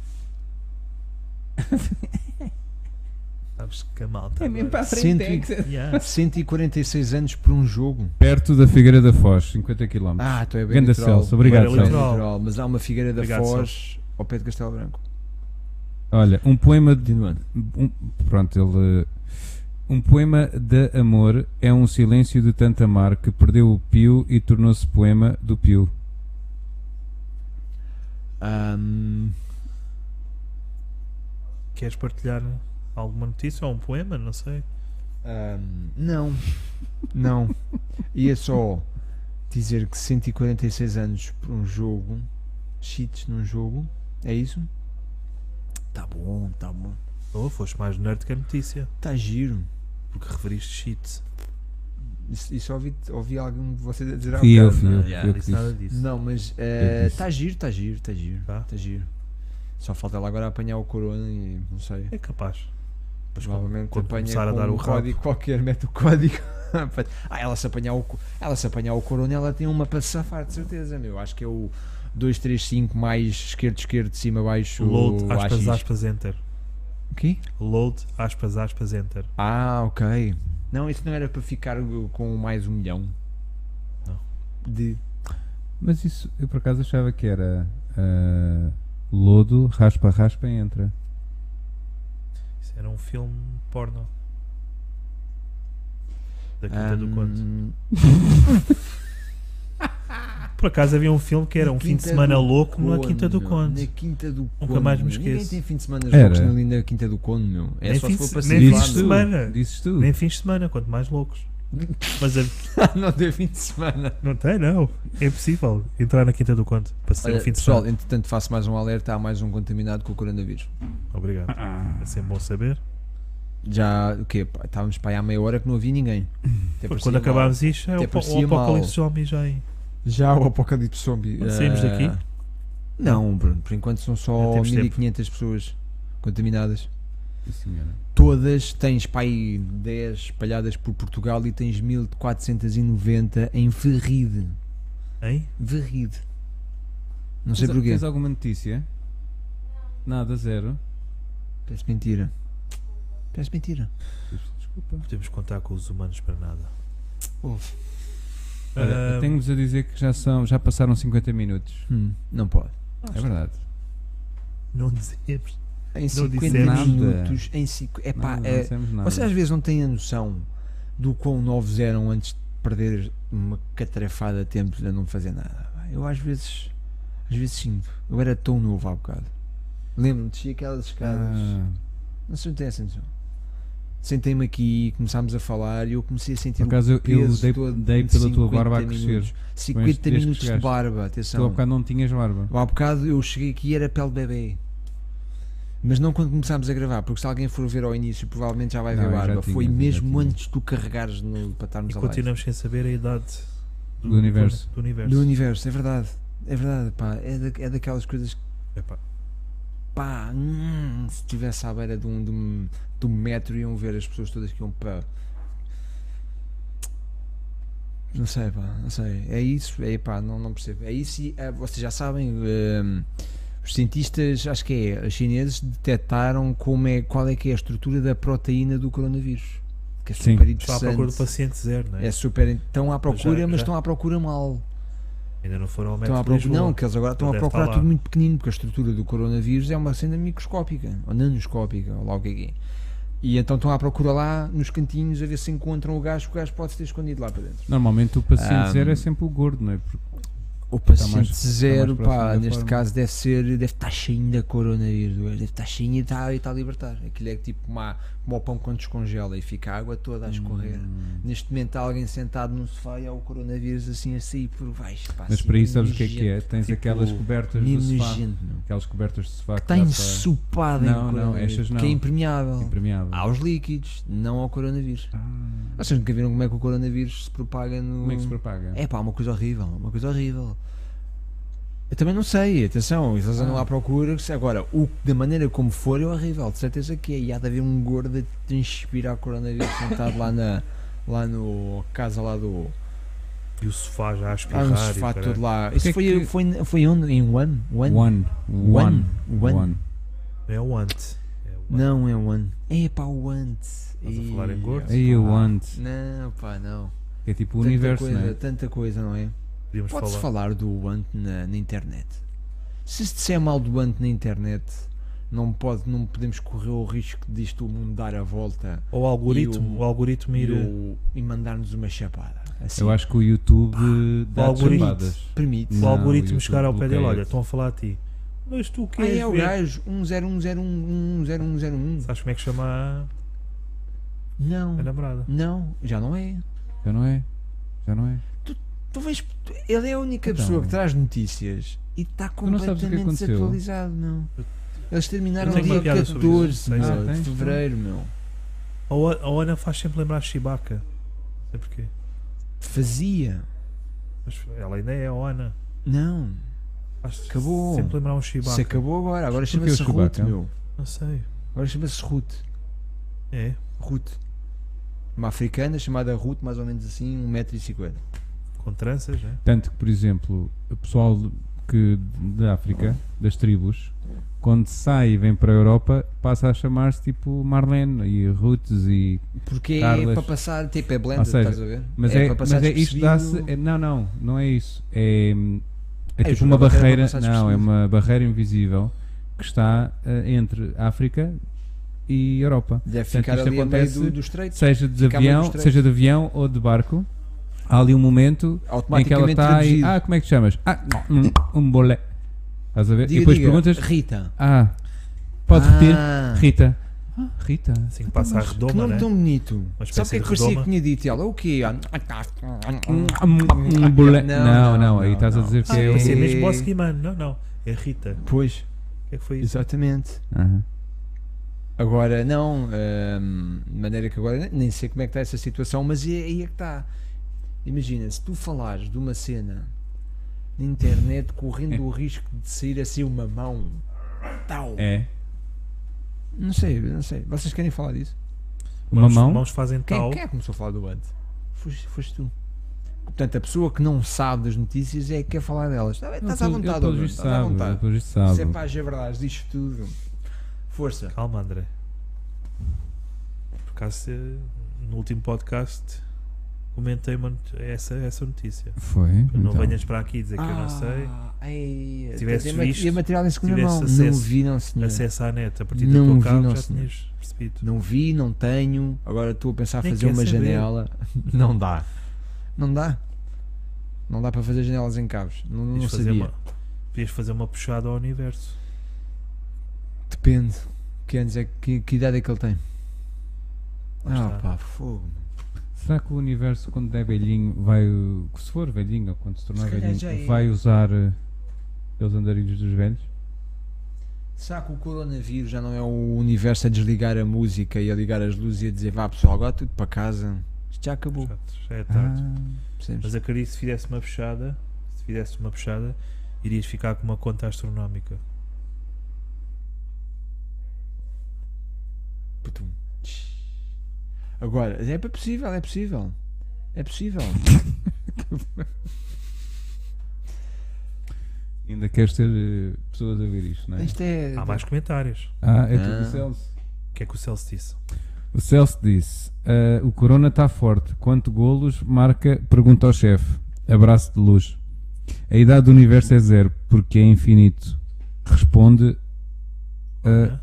Speaker 3: Sabes que a malta. agora-
Speaker 2: frente, é que-
Speaker 3: Yeah.
Speaker 2: 146 anos por um jogo.
Speaker 1: Perto da Figueira da Foz, 50 km.
Speaker 2: Ah, tu é bem
Speaker 1: Ganda
Speaker 2: literal.
Speaker 1: Celso, obrigado,
Speaker 2: Bem
Speaker 3: Celso.
Speaker 2: literal, Mas há uma figueira da
Speaker 3: Obrigado,
Speaker 2: Foz ao pé de Castelo Branco.
Speaker 1: Olha, um poema de.
Speaker 2: Continuando.
Speaker 1: um- pronto, ele. Um poema de amor é um silêncio de tanto amar que perdeu o pio e tornou-se poema do pio.
Speaker 2: Ahm,
Speaker 3: Queres partilhar alguma notícia ou um poema? Não sei.
Speaker 2: ahm, não. Não. Ia só dizer que 146 anos por um jogo. Cheats num jogo. É isso? Tá bom, tá bom.
Speaker 3: Ou Oh, foste mais nerd que a notícia.
Speaker 2: Tá giro.
Speaker 3: Porque referiste shit.
Speaker 2: Isso, isso ouvi, ouvi algum de vocês a dizer há
Speaker 1: Fui eu,
Speaker 2: bocado,
Speaker 1: fui
Speaker 2: não?
Speaker 1: eu.
Speaker 3: Yeah, não disse nada disso.
Speaker 2: Não, mas
Speaker 1: Eu disse.
Speaker 2: está giro, está giro, está giro.
Speaker 3: Tá?
Speaker 2: Está giro. Só falta ela agora apanhar o corona e não sei.
Speaker 3: É capaz. Mas
Speaker 2: Provavelmente
Speaker 3: quando
Speaker 2: apanha
Speaker 3: começar a
Speaker 2: com
Speaker 3: dar
Speaker 2: um
Speaker 3: o rabo.
Speaker 2: código qualquer, mete o código. ah, ela se, apanhar o, co- ela se apanhar o corona, ela tem uma para se safar, de certeza, meu. Acho que é o 235 mais esquerdo, esquerdo, cima, baixo,
Speaker 3: Load, aspas,
Speaker 2: AX.
Speaker 3: aspas, enter.
Speaker 2: O quê?
Speaker 3: Load, aspas, aspas, enter.
Speaker 2: Ah, ok. Não, isso não era para ficar com mais um milhão.
Speaker 3: Não.
Speaker 2: De...
Speaker 1: Mas isso, eu por acaso achava que era ah, lodo, raspa, raspa, entra.
Speaker 3: Isso era um filme porno. Da Quinta
Speaker 2: Hum.
Speaker 3: do Conto.
Speaker 2: Ahm,
Speaker 3: Por acaso havia um filme que era um fim de
Speaker 2: Quinta
Speaker 3: semana
Speaker 2: do
Speaker 3: louco na
Speaker 2: Conde,
Speaker 3: Quinta do
Speaker 2: meu.
Speaker 3: Conto.
Speaker 2: Na Quinta do Conde.
Speaker 3: Nunca mais me
Speaker 2: meu. Ninguém
Speaker 3: esqueço.
Speaker 2: tem fim de semana
Speaker 1: Era.
Speaker 2: jogos na linda Quinta do Conde, meu. É
Speaker 3: Nem
Speaker 2: só
Speaker 3: fim
Speaker 2: se
Speaker 3: de
Speaker 2: for para
Speaker 3: se-
Speaker 2: ser
Speaker 3: nem
Speaker 1: Dizes
Speaker 3: fins de
Speaker 1: tu,
Speaker 3: semana.
Speaker 1: Dizes tu.
Speaker 3: Nem fins de semana, quanto mais loucos. Mas a-
Speaker 2: Não tem fim de semana.
Speaker 3: não tem, não. É impossível entrar na Quinta do Conto para ser um fim de
Speaker 2: pessoal,
Speaker 3: semana.
Speaker 2: entretanto faço mais um alerta, há mais um contaminado com o coronavírus.
Speaker 3: Obrigado. É sempre bom saber.
Speaker 2: Já, o quê? Pá, Estávamos para aí há meia hora que não havia ninguém. Até
Speaker 3: Porque
Speaker 2: parecia
Speaker 3: quando
Speaker 2: mal.
Speaker 3: acabámos isto, é
Speaker 2: Até
Speaker 3: o, po- o
Speaker 2: parecia mal.
Speaker 3: apocalipse zombie já aí.
Speaker 2: Já o apocalipse zombie.
Speaker 3: Quando saímos
Speaker 2: Ah,
Speaker 3: daqui?
Speaker 2: Não, Bruno, por enquanto são
Speaker 3: Já
Speaker 2: só
Speaker 3: temos tempo.
Speaker 2: 1500 pessoas contaminadas.
Speaker 1: Sim, senhora.
Speaker 2: todas tens para aí 10 espalhadas por Portugal e tens 1490 em Verride.
Speaker 3: Hein?
Speaker 2: Verride. Não sei
Speaker 1: Tens-
Speaker 2: porquê.
Speaker 1: Tens alguma notícia? Nada, zero.
Speaker 2: Parece mentira. Parece mentira.
Speaker 1: Desculpa.
Speaker 3: Podemos contar com os humanos para nada.
Speaker 2: Ouve.
Speaker 1: Olha,
Speaker 3: Ah,
Speaker 1: Tenho-vos a dizer que já, são, já passaram 50 minutos.
Speaker 2: Hum, não pode.
Speaker 1: É verdade.
Speaker 3: Não dizemos.
Speaker 2: Em
Speaker 3: Não
Speaker 2: 50
Speaker 3: dissemos.
Speaker 2: minutos, em 5. É pá,
Speaker 1: Nada, não
Speaker 2: é,
Speaker 1: dissemos nada.
Speaker 2: vocês às vezes não têm a noção do quão novos eram antes de perder uma catrafada de tempo a não fazer nada. pá. Eu às vezes, às vezes sinto. Eu era tão novo há bocado. Lembro-me, desci aquelas escadas.
Speaker 1: Ah,
Speaker 2: Não sei se tem essa noção. Sentei-me aqui, começámos a falar e eu comecei a sentir
Speaker 1: Por acaso,
Speaker 2: o
Speaker 1: eu- eu
Speaker 2: peso
Speaker 1: dei-
Speaker 2: todo
Speaker 1: dei
Speaker 2: de
Speaker 1: pela tua
Speaker 2: 50
Speaker 1: barba a
Speaker 2: minutos.
Speaker 1: crescer.
Speaker 2: 50
Speaker 1: desde que
Speaker 2: minutos de
Speaker 1: chegaste.
Speaker 2: barba,
Speaker 1: tu há
Speaker 2: atenção.
Speaker 1: bocado não tinhas barba.
Speaker 2: Há bocado eu cheguei aqui e era pele de bebê. Mas não quando começámos a gravar, porque se alguém for ver ao início, provavelmente já vai ver
Speaker 1: Não,
Speaker 2: a
Speaker 1: eu já
Speaker 2: barba.
Speaker 1: tinha,
Speaker 2: Foi
Speaker 1: eu já
Speaker 2: mesmo
Speaker 1: tinha.
Speaker 2: antes de tu carregares no, para estarmos
Speaker 3: E
Speaker 2: a live.
Speaker 3: continuamos sem saber a idade
Speaker 1: Do universo.
Speaker 3: Do, universo.
Speaker 2: Do universo, é verdade. É verdade, pá. É, da- é daquelas coisas que,
Speaker 3: Epá,
Speaker 2: pá, hum, se estivesse à beira de um, de, um, de um metro, iam ver as pessoas todas que iam para. Não sei, pá, não sei. É isso, é pá, não, não percebo. É isso e ah, vocês já sabem. hum, os cientistas, acho que é, os chineses detectaram como é, qual é que é a estrutura da proteína do coronavírus. Que é
Speaker 1: Sim.
Speaker 2: super
Speaker 3: Está à procura do
Speaker 2: interessante.
Speaker 3: paciente zero, não é?
Speaker 2: É super. Estão à procura,
Speaker 3: Já- já.
Speaker 2: mas estão à procura mal.
Speaker 3: Ainda não foram ao
Speaker 2: Estão Então,
Speaker 3: método
Speaker 2: à
Speaker 3: de
Speaker 2: procura,
Speaker 3: Lisboa.
Speaker 2: não, que eles agora estão a
Speaker 3: Deve
Speaker 2: procurar
Speaker 3: estar lá.
Speaker 2: tudo muito pequenino, porque a estrutura do coronavírus é uma cena microscópica, ou nanoscópica, ou lá o que é que é. E então estão à procura lá nos cantinhos a ver se encontram o gajo, que o gajo pode ter escondido lá para dentro.
Speaker 1: Normalmente o paciente
Speaker 2: Ah,
Speaker 1: zero é sempre o gordo, não é? Porque
Speaker 2: O
Speaker 1: paciente
Speaker 2: paciente
Speaker 1: zero,
Speaker 2: zero,
Speaker 1: próximo
Speaker 2: pá,
Speaker 1: da
Speaker 2: neste
Speaker 1: forma.
Speaker 2: caso deve ser, deve estar cheinho da coronavírus, o gajo deve estar cheinho e está, e está a libertar. Aquilo é tipo uma, como o pão quando descongela e fica a água toda a escorrer. Neste momento há alguém sentado num sofá e há o coronavírus assim a sair por baixo. Pá,
Speaker 1: Mas
Speaker 2: assim,
Speaker 1: para isso sabes o que é que é?
Speaker 2: nojento,
Speaker 1: Tens
Speaker 2: tipo,
Speaker 1: aquelas cobertas do sofá.
Speaker 2: Nojento, meu.
Speaker 1: Aquelas cobertas de sofá
Speaker 2: que
Speaker 1: que
Speaker 2: está
Speaker 1: dá
Speaker 2: ensopada em
Speaker 1: Não, não,
Speaker 2: coronavírus,
Speaker 1: estas não.
Speaker 2: que é
Speaker 1: para-
Speaker 2: impermeável.
Speaker 1: impermeável.
Speaker 2: Aos líquidos, não ao coronavírus.
Speaker 1: Ah,
Speaker 2: Vocês nunca viram como é que o coronavírus se propaga no.
Speaker 1: como é que se propaga?
Speaker 2: É pá, uma coisa horrível, uma coisa horrível. Eu também não sei, atenção, eles
Speaker 1: Ah.
Speaker 2: andam lá à procura. se- Agora, o, da maneira como for, é horrível, de certeza que é. E há de haver um gordo a te inspirar coronavírus sentado lá na. Lá no casa lá do.
Speaker 3: E o sofá já a
Speaker 2: Há
Speaker 3: espirrar.
Speaker 2: um
Speaker 3: e
Speaker 2: sofá
Speaker 3: caralho.
Speaker 2: todo lá. Isso
Speaker 1: é
Speaker 2: foi,
Speaker 1: que-
Speaker 2: foi, foi onde? Em One? One?
Speaker 1: One. One.
Speaker 2: One. One.
Speaker 1: One.
Speaker 3: É o ante. É o ante.
Speaker 2: Não, é One. É pá, o Ant.
Speaker 3: Estás a falar em
Speaker 2: Ih,
Speaker 3: gordo?
Speaker 1: Aí o One.
Speaker 2: Não, pá, não.
Speaker 1: É tipo o universo,
Speaker 2: Ah. tanta
Speaker 1: não
Speaker 2: coisa,
Speaker 1: é?
Speaker 2: tanta coisa, não é?
Speaker 3: Podíamos
Speaker 2: Pode-se
Speaker 3: falar.
Speaker 2: falar do Ant na, na internet. Se se disser mal do Ant na internet, não, pode, não podemos correr o risco disto o mundo dar a volta
Speaker 3: Ou o algoritmo.
Speaker 2: E o-
Speaker 3: O algoritmo
Speaker 2: e,
Speaker 3: ir.
Speaker 2: o- e mandar-nos uma chapada. Assim,
Speaker 1: Eu acho que o YouTube
Speaker 2: Ah,
Speaker 1: dá
Speaker 3: algoritmo.
Speaker 1: chapadas.
Speaker 2: permite.
Speaker 3: O
Speaker 1: Não,
Speaker 3: algoritmo
Speaker 1: o
Speaker 3: chegar ao pé dele,
Speaker 1: bloqueia-te.
Speaker 3: olha, estão a falar a ti. Mas tu
Speaker 2: Ah,
Speaker 3: queres
Speaker 2: é o
Speaker 3: ver-
Speaker 2: gajo 10101101.
Speaker 3: Sabes como é que chama a-
Speaker 2: Não,
Speaker 3: a namorada?
Speaker 2: não, já não é.
Speaker 1: Já não é? Já não é?
Speaker 2: Tu vês, tu- ele é a única
Speaker 1: Então.
Speaker 2: pessoa que traz notícias e está
Speaker 1: não sabes o que
Speaker 2: completamente
Speaker 1: aconteceu?
Speaker 2: desatualizado, não. Eles terminaram
Speaker 3: Eu tenho
Speaker 2: dia
Speaker 3: é uma piada sobre
Speaker 2: 14
Speaker 3: isso. Tens?
Speaker 2: meu,
Speaker 1: Ah, tens?
Speaker 2: de fevereiro, meu.
Speaker 3: A O- a Ona faz sempre lembrar a Chewbacca. Não sei porquê.
Speaker 2: Fazia.
Speaker 3: Mas ela ainda é a Ona.
Speaker 2: Não,
Speaker 3: Faz
Speaker 2: Acabou.
Speaker 3: Sempre lembrar um Chewbacca.
Speaker 2: se acabou agora. Agora
Speaker 1: Porquê o
Speaker 2: chama-se Ruth,
Speaker 1: Chewbacca?
Speaker 2: meu.
Speaker 3: Não sei.
Speaker 2: Agora chama-se Ruth.
Speaker 3: É.
Speaker 2: Ruth. Uma africana chamada Ruth, mais ou menos assim, 1,50m.
Speaker 3: Com tranças, né?
Speaker 1: Tanto que, por exemplo, o pessoal de- que, da África, das tribos, quando sai e vem para a Europa, passa a chamar-se tipo Marlene e Roots e.
Speaker 2: Porque
Speaker 1: Carlas.
Speaker 2: é para passar, tipo, é
Speaker 1: Ou
Speaker 2: blended,
Speaker 1: seja,
Speaker 2: estás a ver?
Speaker 1: Mas é,
Speaker 2: para
Speaker 1: mas
Speaker 2: passar
Speaker 1: é isto
Speaker 2: despercebido.
Speaker 1: dá-se. é- não, não, não é isso. É, hum, é
Speaker 2: É,
Speaker 1: tipo
Speaker 2: juro,
Speaker 1: uma
Speaker 2: a barreira
Speaker 1: barreira.
Speaker 2: para passar
Speaker 1: Não, é
Speaker 2: despercebido.
Speaker 1: uma barreira invisível que está eh, entre África e Europa.
Speaker 2: Deve
Speaker 1: Portanto,
Speaker 2: ficar
Speaker 1: isto
Speaker 2: ali a meio
Speaker 1: acontece-
Speaker 2: do, do estreito.
Speaker 1: Seja de,
Speaker 2: Fica a meio
Speaker 1: avião,
Speaker 2: dos três.
Speaker 1: seja de avião ou de barco, há ali um momento em que ela
Speaker 2: Automaticamente
Speaker 1: está aí.
Speaker 2: traduzido.
Speaker 1: Ah, como é que te chamas? Ah, hum, um bolé. Estás a ver?
Speaker 2: Diga,
Speaker 1: e depois
Speaker 2: diga,
Speaker 1: perguntas.
Speaker 2: Rita.
Speaker 1: Ah, pode repetir?
Speaker 2: Ah,
Speaker 1: Rita. Ah, Rita.
Speaker 3: Assim que passa a
Speaker 2: Que um
Speaker 3: redoma,
Speaker 2: nome
Speaker 3: né?
Speaker 2: tão bonito.
Speaker 3: Uma
Speaker 2: Sabe o que
Speaker 3: espécie
Speaker 2: é
Speaker 3: de
Speaker 2: que parecia
Speaker 3: redoma.
Speaker 2: que tinha dito? E Ela, o quê? Ah,
Speaker 1: Hum, hum, um bolé.
Speaker 2: Não,
Speaker 1: Não,
Speaker 2: não,
Speaker 1: não, aí
Speaker 2: não,
Speaker 1: estás a
Speaker 2: não.
Speaker 1: dizer que
Speaker 3: Ah,
Speaker 1: é
Speaker 2: Sim.
Speaker 1: o.
Speaker 3: você é
Speaker 2: eu-
Speaker 3: mesmo Bosky, mano. Não, não. É Rita.
Speaker 2: Pois,
Speaker 3: O que é que foi isso?
Speaker 2: exatamente.
Speaker 1: Aham.
Speaker 2: Agora não, hum, de maneira que agora nem sei como é que está essa situação, mas aí aí é que está. Imagina, se tu falares de uma cena na internet correndo o risco de sair assim uma mão, tal.
Speaker 1: É.
Speaker 2: Não sei, não sei. Vocês querem falar disso?
Speaker 1: Uma
Speaker 3: Mãos-
Speaker 1: mão?
Speaker 3: Mãos fazem
Speaker 2: Quem,
Speaker 3: tal.
Speaker 2: quem é que começou a falar do Bud? Foste, foste tu. Portanto, a pessoa que não sabe das notícias é que quer falar delas. Está bem,
Speaker 1: Não,
Speaker 2: Estás à
Speaker 1: pelo-
Speaker 2: vontade,
Speaker 1: ele
Speaker 2: ó
Speaker 1: pelo
Speaker 2: Bruno,
Speaker 1: visto
Speaker 2: estás à
Speaker 1: sabe, ele
Speaker 2: vontade.
Speaker 1: pelo visto
Speaker 2: Se é
Speaker 1: sabe.
Speaker 2: para as verdades, diz tudo. Força.
Speaker 3: Calma, André. Por acaso, eh, no último podcast, comentei uma not- essa, essa notícia.
Speaker 1: Foi. então.
Speaker 3: Não venhas para aqui dizer que
Speaker 2: Ah.
Speaker 3: eu não sei.
Speaker 2: Ei,
Speaker 3: Se tivesse
Speaker 2: tem ma-
Speaker 3: visto,
Speaker 2: e material em segunda
Speaker 3: tivesse
Speaker 2: mão. não
Speaker 3: acesso-
Speaker 2: vi, não senhor.
Speaker 3: Acesso à net a partir do
Speaker 2: Não
Speaker 3: teu
Speaker 2: vi,
Speaker 3: carro
Speaker 2: não,
Speaker 3: já
Speaker 2: senhor.
Speaker 3: tinhas percebido.
Speaker 2: Não vi, não tenho. Agora estou a pensar
Speaker 3: Nem
Speaker 2: fazer
Speaker 3: quer
Speaker 2: uma
Speaker 3: saber.
Speaker 2: janela. Não dá. Não dá. Não dá para fazer janelas em cabos. Não, não
Speaker 3: Podias fazer,
Speaker 2: sabia.
Speaker 3: uma, podias fazer uma puxada ao universo.
Speaker 2: Depende. Que, anos é, que, que idade é que ele tem?
Speaker 3: Lá
Speaker 2: ah,
Speaker 3: está.
Speaker 2: pá, fogo.
Speaker 1: Será que o universo, quando é velhinho, vai. o- Se for velhinho, ou quando se tornar
Speaker 2: Se calhar já
Speaker 1: velhinho,
Speaker 2: é.
Speaker 1: vai usar eh, os andarilhos dos velhos?
Speaker 2: Será que o coronavírus já não é o universo a desligar a música e a ligar as luzes e a dizer vá pessoal, agora tudo para casa? Isto já acabou.
Speaker 3: Já é tarde.
Speaker 1: Ah,
Speaker 2: percebes?
Speaker 3: Mas acredito que se fizesse uma puxada, se fizesse uma puxada, irias ficar com uma conta astronómica.
Speaker 2: Putum. Agora, é possível, é possível. É possível.
Speaker 1: ainda queres ter eh, pessoas a ver isto, não é?
Speaker 2: Isto é.
Speaker 3: Há mais comentários.
Speaker 1: Ah, é tudo
Speaker 2: Ah.
Speaker 1: o Celso.
Speaker 3: O que é que o Celso disse?
Speaker 1: O Celso disse: "Ah, O Corona está forte. Quanto golos marca? Pergunta ao chefe. Abraço de luz. A idade do universo é zero, porque é infinito. Responde a
Speaker 3: Hã?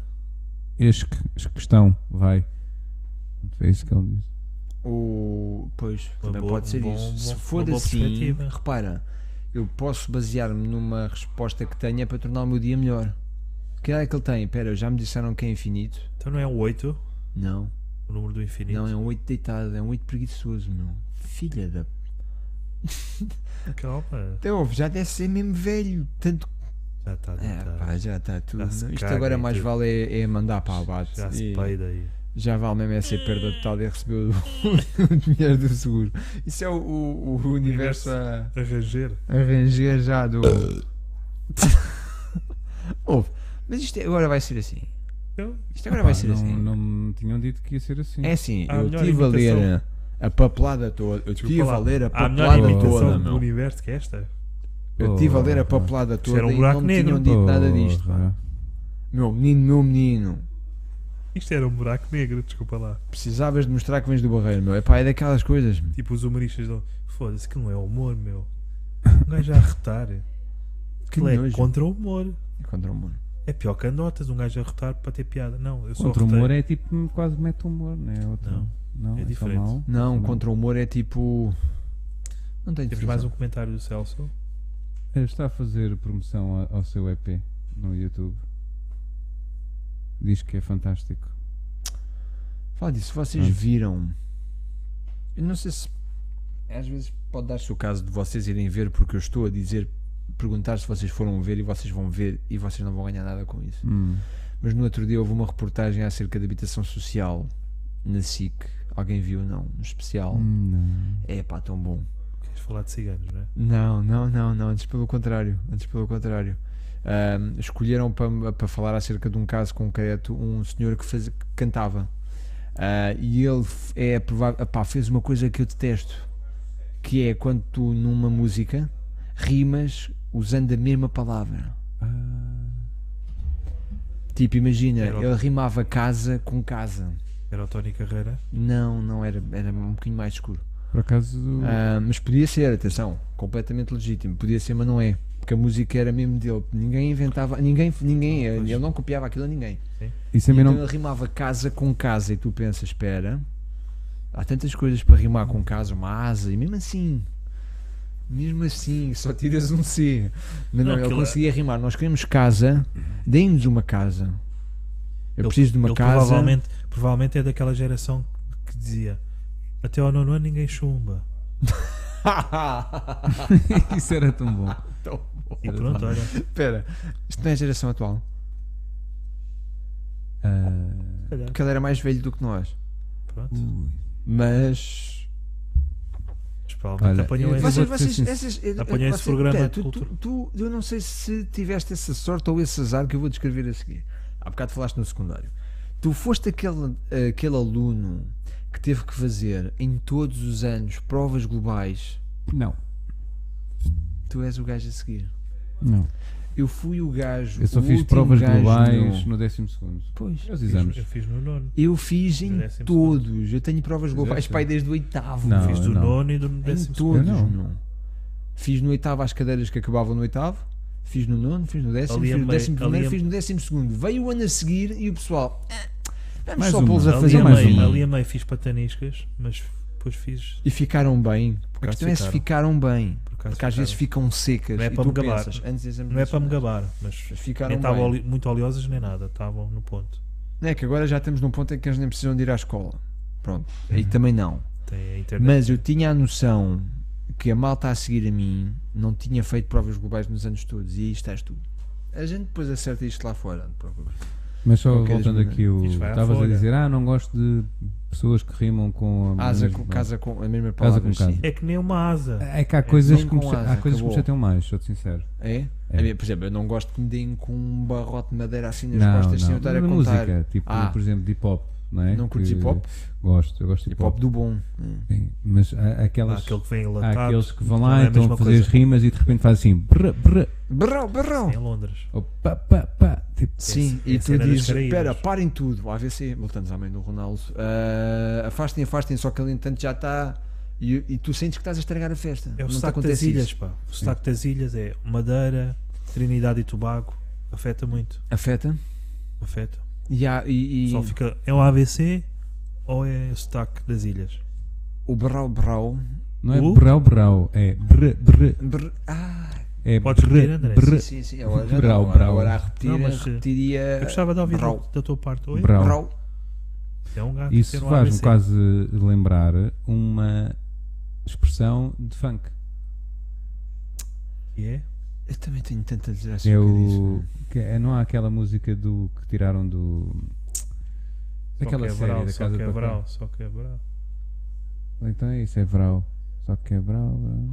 Speaker 1: este este questão. Vai. Foi isso que ele disse.
Speaker 2: O... Pois,
Speaker 3: Uma
Speaker 2: também
Speaker 3: boa-
Speaker 2: pode ser
Speaker 3: um bom-
Speaker 2: isso.
Speaker 3: uma
Speaker 2: Se
Speaker 3: boa
Speaker 2: for assim,
Speaker 3: perspectiva.
Speaker 2: repara, eu posso basear-me numa resposta que tenha para tornar o meu dia melhor. Que idade é que ele tem? Pera, já me disseram que é infinito?
Speaker 3: Então não é um 8,
Speaker 2: Não.
Speaker 3: o número do infinito.
Speaker 2: Não, é um 8 deitado, é um 8 preguiçoso, meu. Filha da.
Speaker 3: Calma.
Speaker 2: Então, já deve ser mesmo velho. Tanto.
Speaker 3: Já está, já
Speaker 2: É,
Speaker 3: está.
Speaker 2: pá, já está tudo.
Speaker 3: Tá. Já se
Speaker 2: não? Isto
Speaker 3: caga
Speaker 2: agora
Speaker 3: e
Speaker 2: mais
Speaker 3: tudo.
Speaker 2: vale é, é mandar para abate.
Speaker 3: já se
Speaker 2: E
Speaker 3: peida aí.
Speaker 2: já vale mesmo essa perda total e receber o, o dinheiro do seguro. Isso é o, o- o universo a.
Speaker 3: A ranger.
Speaker 2: arranjar já do. Ouve, mas isto agora vai ser assim.
Speaker 3: Eu-
Speaker 2: Isto agora
Speaker 1: Pá,
Speaker 2: vai ser
Speaker 1: não,
Speaker 2: assim.
Speaker 1: não me tinham dito que ia ser assim.
Speaker 2: É assim,
Speaker 3: Há a
Speaker 2: eu
Speaker 3: melhor
Speaker 2: estive a ler
Speaker 3: imitação.
Speaker 2: a papelada toda. Eu estive
Speaker 3: Desculpa
Speaker 2: a
Speaker 3: lá. Ah,
Speaker 2: ler a
Speaker 3: Há a melhor
Speaker 2: papelada
Speaker 3: imitação
Speaker 2: toda,
Speaker 3: do
Speaker 2: meu.
Speaker 3: universo que é esta.
Speaker 2: Eu estive a ler a
Speaker 1: Porra.
Speaker 2: papelada
Speaker 3: Isto era
Speaker 2: toda
Speaker 3: um
Speaker 2: e
Speaker 3: buraco
Speaker 2: não me
Speaker 3: negro. Oh.
Speaker 2: tinham dito nada disto. pá.
Speaker 1: Porra.
Speaker 2: Meu menino, meu menino.
Speaker 3: Isto era um buraco negro, desculpa lá.
Speaker 2: Precisavas de mostrar que vens do barreiro, meu. Epá, é daquelas coisas. meu.
Speaker 3: Tipo os humoristas dão. Foda-se, que não é humor, meu. Um gajo a arrotar.
Speaker 2: Que
Speaker 3: Aquilo é
Speaker 2: nojo.
Speaker 3: contra o humor.
Speaker 2: É contra o mundo.
Speaker 3: É pior que andotas, um gajo a arrotar para ter piada. Não, eu só
Speaker 1: Contra o
Speaker 3: arrotei.
Speaker 1: humor é tipo quase mete humor, não é? Outro,
Speaker 3: Não,
Speaker 1: não,
Speaker 3: é
Speaker 1: só
Speaker 3: diferente.
Speaker 1: mau.
Speaker 2: Não,
Speaker 1: Não.
Speaker 2: contra o humor é tipo. Não tem
Speaker 3: Temos mais um comentário do Celso.
Speaker 1: Está a fazer promoção a- ao seu EP no YouTube. Diz que é fantástico.
Speaker 2: Fala disso, vocês
Speaker 1: Ah.
Speaker 2: viram. Eu não sei se. Às vezes pode dar-se o caso de vocês irem ver, porque eu estou a dizer, perguntar se vocês foram ver e vocês vão ver e vocês não vão ganhar nada com isso.
Speaker 1: Hum.
Speaker 2: Mas no outro dia houve uma reportagem acerca de habitação social na SIC. Alguém viu? Não. Um especial.
Speaker 1: Hum,
Speaker 2: É pá, tão bom.
Speaker 3: Queres falar de ciganos, não é?
Speaker 2: Não, não, não, não. Antes pelo contrário. Antes pelo contrário. Ahm, escolheram para para falar acerca de um caso concreto um senhor que, faz- que cantava. Ah, e ele f- é provável. Epá, fez uma coisa que eu detesto. Que é quando tu numa música rimas usando a mesma palavra.
Speaker 1: não.
Speaker 2: Tipo, imagina,
Speaker 3: Era o-
Speaker 2: ele rimava casa com casa.
Speaker 3: Era o Tony Carreira.
Speaker 2: Não, não era, era um bocadinho mais escuro.
Speaker 1: Ah, por acaso.
Speaker 2: Ah, mas podia ser, atenção, completamente legítimo, podia ser, mas não é. Porque a música era mesmo dele. Ninguém inventava, ninguém, ninguém,
Speaker 3: Ah, Pois.
Speaker 2: ele não copiava aquilo a ninguém.
Speaker 1: isso a mim
Speaker 2: então
Speaker 1: não.
Speaker 2: ele rimava casa com casa e tu pensas, espera, há tantas coisas para rimar com casa, uma asa, e mesmo assim, mesmo assim, só tiras um C. Mas
Speaker 3: Não,
Speaker 2: não, ele
Speaker 3: aquilo é-
Speaker 2: conseguia rimar, nós queremos casa, deem-nos uma casa. Eu
Speaker 3: Ele-
Speaker 2: preciso de uma
Speaker 3: ele
Speaker 2: casa.
Speaker 3: Provavelmente, provavelmente é daquela geração que dizia até ao nono ano ninguém chumba.
Speaker 2: então
Speaker 1: isso era tão bom.
Speaker 2: Oh,
Speaker 3: E pronto, olha.
Speaker 2: Espera, isto não é a geração atual,
Speaker 1: Ah,
Speaker 3: olha,
Speaker 2: porque ele era mais velho do que nós.
Speaker 3: Pronto.
Speaker 1: ui.
Speaker 2: Mas
Speaker 3: Mas provavelmente
Speaker 1: Olha,
Speaker 3: apanhou
Speaker 1: eu
Speaker 3: esse-
Speaker 1: vou
Speaker 2: Vocês,
Speaker 1: te
Speaker 2: vocês,
Speaker 1: ser
Speaker 2: essas, eh,
Speaker 3: Apanhei esse
Speaker 2: vocês-
Speaker 3: programa
Speaker 2: pera,
Speaker 3: de
Speaker 2: tu, tu,
Speaker 3: cultura.
Speaker 2: tu- eu não sei se tiveste essa sorte ou esse azar que eu vou descrever a seguir. Há bocado falaste no secundário. Tu foste aquele, aquele aluno que teve que fazer em todos os anos provas globais.
Speaker 1: Não,
Speaker 2: Tu és o gajo a seguir.
Speaker 1: não.
Speaker 2: Eu fui o gajo.
Speaker 1: Eu só
Speaker 2: o
Speaker 1: fiz
Speaker 2: último
Speaker 1: provas
Speaker 2: gajo
Speaker 1: globais
Speaker 2: no- é-
Speaker 1: no 12. segundo.
Speaker 2: Pois.
Speaker 1: Os
Speaker 3: eu, fiz, eu
Speaker 1: exames.
Speaker 3: fiz no nono.
Speaker 2: Eu fiz
Speaker 3: No
Speaker 2: em
Speaker 3: décimo
Speaker 2: todos. Eu tenho provas globais,
Speaker 1: sim.
Speaker 2: pai, desde o oitavo.
Speaker 1: Não,
Speaker 3: fiz do
Speaker 1: não.
Speaker 3: nono e do
Speaker 2: Em
Speaker 3: décimo.
Speaker 2: todos,
Speaker 1: Eu não.
Speaker 2: meu. Fiz no oitavo as cadeiras que acabavam no oitavo, fiz no nono, fiz no décimo,
Speaker 3: Ali a
Speaker 2: fiz no
Speaker 3: meio-
Speaker 2: décimo
Speaker 3: ali é
Speaker 2: primeiro,
Speaker 3: a-
Speaker 2: fiz no décimo segundo. Veio o ano a seguir e o pessoal. "Ah, Vamos
Speaker 1: Mais
Speaker 2: só
Speaker 1: uma.
Speaker 2: pô-los a
Speaker 1: Ali é
Speaker 2: fazer um."
Speaker 3: a
Speaker 1: mais
Speaker 3: meio,
Speaker 1: uma.
Speaker 3: ali a meio fiz pataniscas, mas depois fiz.
Speaker 2: E ficaram bem. A
Speaker 3: acaso
Speaker 2: questão é se ficaram bem.
Speaker 3: Por acaso
Speaker 2: Porque às
Speaker 3: ficaram.
Speaker 2: vezes ficam secas.
Speaker 3: Não é
Speaker 2: e
Speaker 3: para
Speaker 2: tu
Speaker 3: me gabar.
Speaker 2: pensas, antes do exame
Speaker 3: Não é para me
Speaker 2: nacional.
Speaker 3: gabar, mas
Speaker 2: Mas ficaram
Speaker 3: nem estavam
Speaker 2: bem.
Speaker 3: oli- muito oleosas nem nada, estavam no ponto.
Speaker 2: Não é que agora já estamos num ponto em que eles nem precisam de ir à escola. Pronto. Aí
Speaker 1: Uhum.
Speaker 2: também não.
Speaker 3: Tem a internet.
Speaker 2: Mas eu tinha a noção que a malta a seguir a mim não tinha feito provas globais nos anos todos. E aí estás tu. A gente depois acerta isto lá fora. não te preocupes.
Speaker 1: Mas só
Speaker 2: Não queres
Speaker 1: voltando
Speaker 2: mudar.
Speaker 1: aqui, o
Speaker 3: Isto vai à
Speaker 1: estavas a
Speaker 3: folha.
Speaker 1: dizer, ah, não gosto de pessoas que rimam com a
Speaker 2: Asa
Speaker 1: mesma-
Speaker 2: com casa com a mesma
Speaker 1: Casa
Speaker 2: palavra.
Speaker 1: com
Speaker 2: sim.
Speaker 3: É que nem uma asa.
Speaker 1: É que há coisas
Speaker 2: não
Speaker 1: que me,
Speaker 2: com
Speaker 1: chate-
Speaker 2: asa,
Speaker 1: há coisas que me
Speaker 2: acabou.
Speaker 1: chateiam mais, sou-te sincero.
Speaker 2: É?
Speaker 1: É.
Speaker 2: A mim, por exemplo, eu não gosto que me deem com um barrote de madeira assim nas
Speaker 1: não,
Speaker 2: costas sem eu
Speaker 1: não,
Speaker 2: estar
Speaker 1: na
Speaker 2: a contar.
Speaker 1: música, tipo,
Speaker 2: Ah. tipo,
Speaker 1: por exemplo, de hip hop, não é?
Speaker 2: Não curtes
Speaker 1: Que-
Speaker 2: hip-hop?
Speaker 1: Gosto, eu gosto de
Speaker 2: Hip
Speaker 1: hip
Speaker 2: hop
Speaker 1: hop.
Speaker 2: do bom. Hum.
Speaker 1: Sim, Mas há,
Speaker 3: Há
Speaker 1: aquelas,
Speaker 3: Ah, aquele que vem
Speaker 1: há
Speaker 3: enlatado.
Speaker 1: aqueles que vão
Speaker 3: Então
Speaker 1: lá
Speaker 3: é
Speaker 1: e
Speaker 3: a
Speaker 1: estão
Speaker 3: mesma
Speaker 1: a fazer
Speaker 3: coisa.
Speaker 1: as rimas e de repente fazem assim, brr, brr,
Speaker 2: Barrão, barrão!
Speaker 3: Em Londres.
Speaker 1: ou pá, pá, pá, tipo,
Speaker 2: Sim,
Speaker 3: Essa-
Speaker 2: e
Speaker 3: essa
Speaker 2: tu
Speaker 3: era das
Speaker 2: dizes:
Speaker 3: Caraíbas.
Speaker 2: espera, parem tudo. AVC, voltamos à mãe do Ronaldo. Ah, afastem, afastem, só que ele entanto já está. E, e tu sentes que estás a estragar a festa.
Speaker 3: É o
Speaker 2: não te
Speaker 3: sotaque das
Speaker 2: acontece
Speaker 3: ilhas,
Speaker 2: isso.
Speaker 3: pá. O sotaque das ilhas é Madeira, Trinidade e Tobago. Afeta muito.
Speaker 2: Afeta.
Speaker 3: Afeta.
Speaker 2: E, há- e- e
Speaker 3: Só fica. É o AVC ou é o sotaque das ilhas?
Speaker 2: o brau brau.
Speaker 1: não é
Speaker 3: O?
Speaker 1: brau brau, é brr, brr,
Speaker 2: Brr, ah,
Speaker 1: é
Speaker 3: Podes repetir,
Speaker 1: brr,
Speaker 3: André?
Speaker 1: brr,
Speaker 2: sim, sim, agora, já não,
Speaker 1: Brau,
Speaker 2: agora,
Speaker 1: brau.
Speaker 2: agora a repetir,
Speaker 3: Não, mas, eh,
Speaker 2: repetiria.
Speaker 3: Eu gostava de ouvir
Speaker 2: brau.
Speaker 3: da tua parte. Oi?
Speaker 1: brau.
Speaker 2: Brau.
Speaker 3: É um gato
Speaker 1: Isso
Speaker 3: ter um
Speaker 1: faz-me
Speaker 3: ABC.
Speaker 1: quase lembrar uma expressão de funk.
Speaker 3: E é?
Speaker 2: Eu também tenho tanta dizer acerca
Speaker 1: É o.
Speaker 2: disso.
Speaker 1: que é- não há aquela música do que tiraram do. Daquela
Speaker 3: só que é
Speaker 1: série
Speaker 3: brau,
Speaker 1: da
Speaker 3: só
Speaker 1: Casa
Speaker 3: que
Speaker 1: de
Speaker 3: é
Speaker 1: Papel.
Speaker 3: brau, só que é brau.
Speaker 1: Então é isso, é Vral. Só que é Vral, Vral.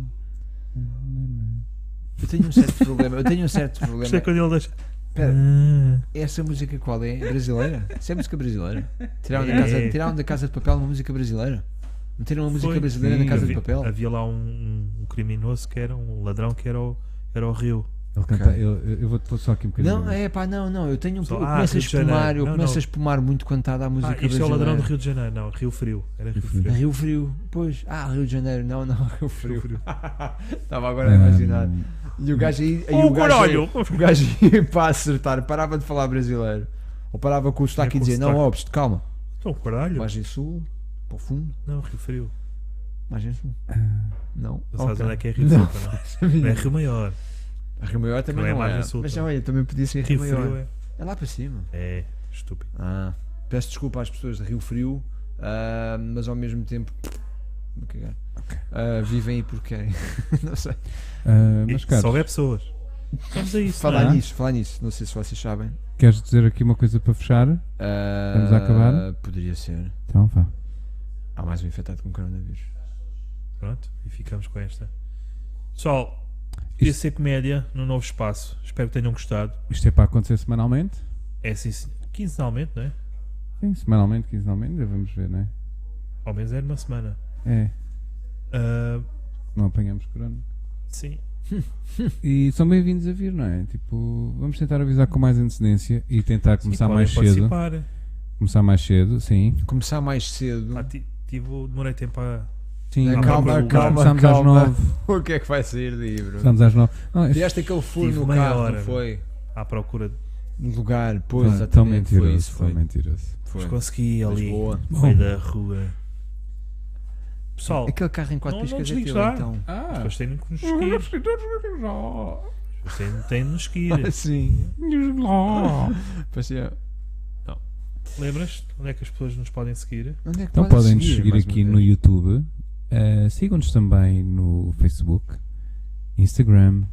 Speaker 2: Eu tenho um certo problema. Eu tenho um certo problema.
Speaker 3: Gostei quando ele deixa.
Speaker 2: Espera.
Speaker 3: Ah,
Speaker 2: Essa música qual é? Brasileira? Isso é música brasileira? Tiraram,
Speaker 3: É.
Speaker 2: da casa, tiraram da Casa de Papel uma música brasileira? Meteram uma música
Speaker 3: Foi. É
Speaker 2: brasileira
Speaker 1: Sim,
Speaker 2: na Casa
Speaker 1: eu
Speaker 2: de
Speaker 1: vi-
Speaker 2: Papel?
Speaker 3: Havia lá um, um criminoso que era um ladrão que era o, era o Rio.
Speaker 1: Ele canta. Eu, eu- eu vou te pôr só aqui um bocadinho.
Speaker 2: Não, é pá, não, não. Eu tenho um
Speaker 3: Só-
Speaker 2: eu
Speaker 3: ah,
Speaker 2: começo a
Speaker 3: Rio de Janeiro.
Speaker 2: espumar, eu
Speaker 3: Não,
Speaker 2: começo
Speaker 3: não.
Speaker 2: a espumar muito quando está a dar música
Speaker 3: Ah, isto é o
Speaker 2: brasileira.
Speaker 3: ladrão do Rio de Janeiro, não, Rio Frio. Era Rio Frio.
Speaker 2: Ah, Rio Frio, pois. Ah, Rio de Janeiro, não, não, Rio Frio. Estava agora a
Speaker 1: Ahm,
Speaker 2: imaginar. E o gajo aí. aí
Speaker 3: Oh,
Speaker 2: o gajo aí,
Speaker 3: caralho!
Speaker 2: o gajo aí para acertar, parava de falar brasileiro. Ou parava com o sotaque
Speaker 3: com
Speaker 2: e
Speaker 3: o
Speaker 2: dizia: Não,
Speaker 3: sotaque.
Speaker 2: Obst, calma.
Speaker 3: Então, caralho.
Speaker 2: Margem Sul, para o fundo,
Speaker 3: Não, Rio Frio.
Speaker 2: Margem Sul. Não.
Speaker 3: Não sabes
Speaker 2: ok.
Speaker 3: onde é que é Rio
Speaker 2: Não.
Speaker 3: Sul, não. Não é Rio Maior.
Speaker 2: A Rio Maior também
Speaker 3: Não
Speaker 2: não,
Speaker 3: é
Speaker 2: é.
Speaker 3: margem sul,
Speaker 2: mas
Speaker 3: tá.
Speaker 2: já olha, também podia ser Rio,
Speaker 3: Rio Frio
Speaker 2: Maior.
Speaker 3: é.
Speaker 2: É lá para cima.
Speaker 3: É, estúpido.
Speaker 2: Ah. Peço desculpa às pessoas de Rio Frio, ah, mas ao mesmo tempo. Vou cagar. Ah, vivem aí porque querem. não sei.
Speaker 1: ah, mas
Speaker 3: E
Speaker 1: Carlos,
Speaker 3: Só é pessoas. Vamos a isso. é?
Speaker 2: Falar
Speaker 1: Ah.
Speaker 2: nisso, falar nisso, não sei se vocês sabem.
Speaker 1: queres dizer aqui uma coisa para fechar?
Speaker 2: Ah,
Speaker 1: Vamos acabar?
Speaker 2: Poderia ser.
Speaker 1: Então vá.
Speaker 2: Há mais um infectado com coronavírus.
Speaker 3: Pronto, e ficamos com esta. Pessoal, podia ser comédia no novo espaço. Espero que tenham gostado.
Speaker 1: Isto é para acontecer semanalmente?
Speaker 3: É assim, sim- quinzenalmente, não é?
Speaker 1: Sim, semanalmente, quinzenalmente, já vamos ver, não é?
Speaker 3: Ao menos era uma semana.
Speaker 1: É,
Speaker 3: Ah,
Speaker 1: não apanhamos corona.
Speaker 3: sim.
Speaker 1: E são bem-vindos a vir, não é? Tipo, vamos tentar avisar com mais antecedência e tentar começar
Speaker 3: Sim, podem
Speaker 1: mais cedo.
Speaker 3: participar.
Speaker 1: Começar mais cedo, sim.
Speaker 2: Começar mais cedo.
Speaker 3: Pá, Ah, ti- tive- demorei tempo a.
Speaker 1: Sim,
Speaker 2: Ah,
Speaker 3: há
Speaker 2: calma,
Speaker 3: pouco-
Speaker 2: calma,
Speaker 1: começámos às
Speaker 2: calma.
Speaker 1: nove.
Speaker 2: O que é que vai sair daí, bro?
Speaker 1: Começámos às nove. Não, é este-
Speaker 2: Tiveste aquele furo
Speaker 3: Tive
Speaker 2: no
Speaker 3: meia
Speaker 2: carro,
Speaker 3: hora,
Speaker 2: não foi?
Speaker 3: à procura. de-
Speaker 2: No lugar,
Speaker 1: Tão-
Speaker 2: pois,
Speaker 1: tão
Speaker 2: exatamente. Foi
Speaker 1: mentiroso,
Speaker 2: isso, foi.
Speaker 1: tão mentiroso.
Speaker 3: Mas
Speaker 2: foi.
Speaker 3: consegui
Speaker 2: Mas
Speaker 3: ali.
Speaker 2: boa.
Speaker 3: No meio da rua. Pessoal,
Speaker 2: Aquele carro em quatro
Speaker 3: Não- não
Speaker 2: piscas é
Speaker 3: desligues
Speaker 2: teu,
Speaker 3: lá.
Speaker 2: então.
Speaker 1: Ah,
Speaker 3: vocês têm que nos seguir. Vocês têm- têm de nos seguir.
Speaker 2: Sim. é.
Speaker 3: Lembras-te onde é que as pessoas nos podem seguir?
Speaker 2: Onde é que
Speaker 1: Então
Speaker 2: podes
Speaker 1: podem nos seguir
Speaker 2: mais uma
Speaker 1: aqui
Speaker 2: vez?
Speaker 1: no YouTube. Uh, Sigam-nos também no Facebook, Instagram,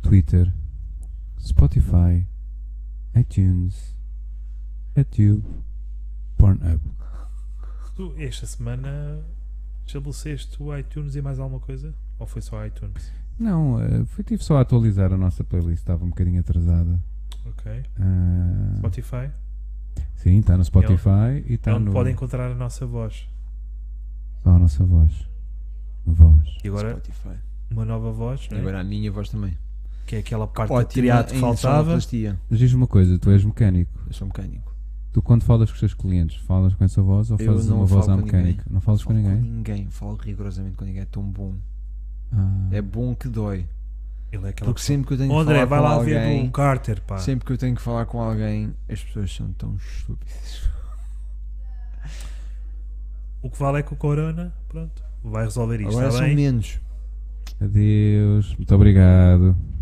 Speaker 1: Twitter, Spotify, iTunes, YouTube, Pornhub.
Speaker 3: Tu, esta semana, estabeleceste o iTunes e mais alguma coisa? Ou foi só iTunes?
Speaker 1: Não, uh, fui, tive só a atualizar a nossa playlist, estava um bocadinho atrasada.
Speaker 3: Ok.
Speaker 1: Ah,
Speaker 3: Spotify?
Speaker 1: sim, está no Spotify e
Speaker 3: É
Speaker 2: Tá
Speaker 1: está
Speaker 3: onde
Speaker 1: no.
Speaker 3: podem encontrar a nossa voz.
Speaker 1: Está a nossa voz. Voz.
Speaker 3: E agora,
Speaker 2: Spotify.
Speaker 3: uma nova voz, né?
Speaker 2: Agora a minha voz também.
Speaker 3: que é aquela parte de
Speaker 2: Ótima
Speaker 3: triado que
Speaker 2: em
Speaker 3: faltava.
Speaker 2: sonoplastia.
Speaker 1: Mas diz-me uma coisa, tu és mecânico.
Speaker 2: Eu sou um mecânico.
Speaker 1: Tu quando falas com os teus clientes, falas com essa voz ou
Speaker 2: Eu
Speaker 1: fazes
Speaker 2: não
Speaker 1: uma
Speaker 2: falo
Speaker 1: voz à
Speaker 2: com ninguém.
Speaker 1: mecânica? Não falas com
Speaker 2: Falo
Speaker 1: ninguém?
Speaker 2: com ninguém. Falo rigorosamente com ninguém. É tão bom.
Speaker 1: Ah.
Speaker 2: É bom que dói.
Speaker 3: Ele é aquela
Speaker 2: Porque sempre que eu tenho
Speaker 3: Oh,
Speaker 2: que
Speaker 3: André,
Speaker 2: falar
Speaker 3: vai
Speaker 2: com
Speaker 3: lá ver
Speaker 2: alguém...
Speaker 3: do Carter, pá.
Speaker 2: Sempre que eu tenho que falar com alguém, as pessoas são tão estúpidas.
Speaker 3: O que vale é que o Corona, pronto, vai resolver isto, tá
Speaker 2: Agora é um
Speaker 3: está
Speaker 2: são
Speaker 3: bem?
Speaker 2: menos.
Speaker 1: Adeus. Muito obrigado.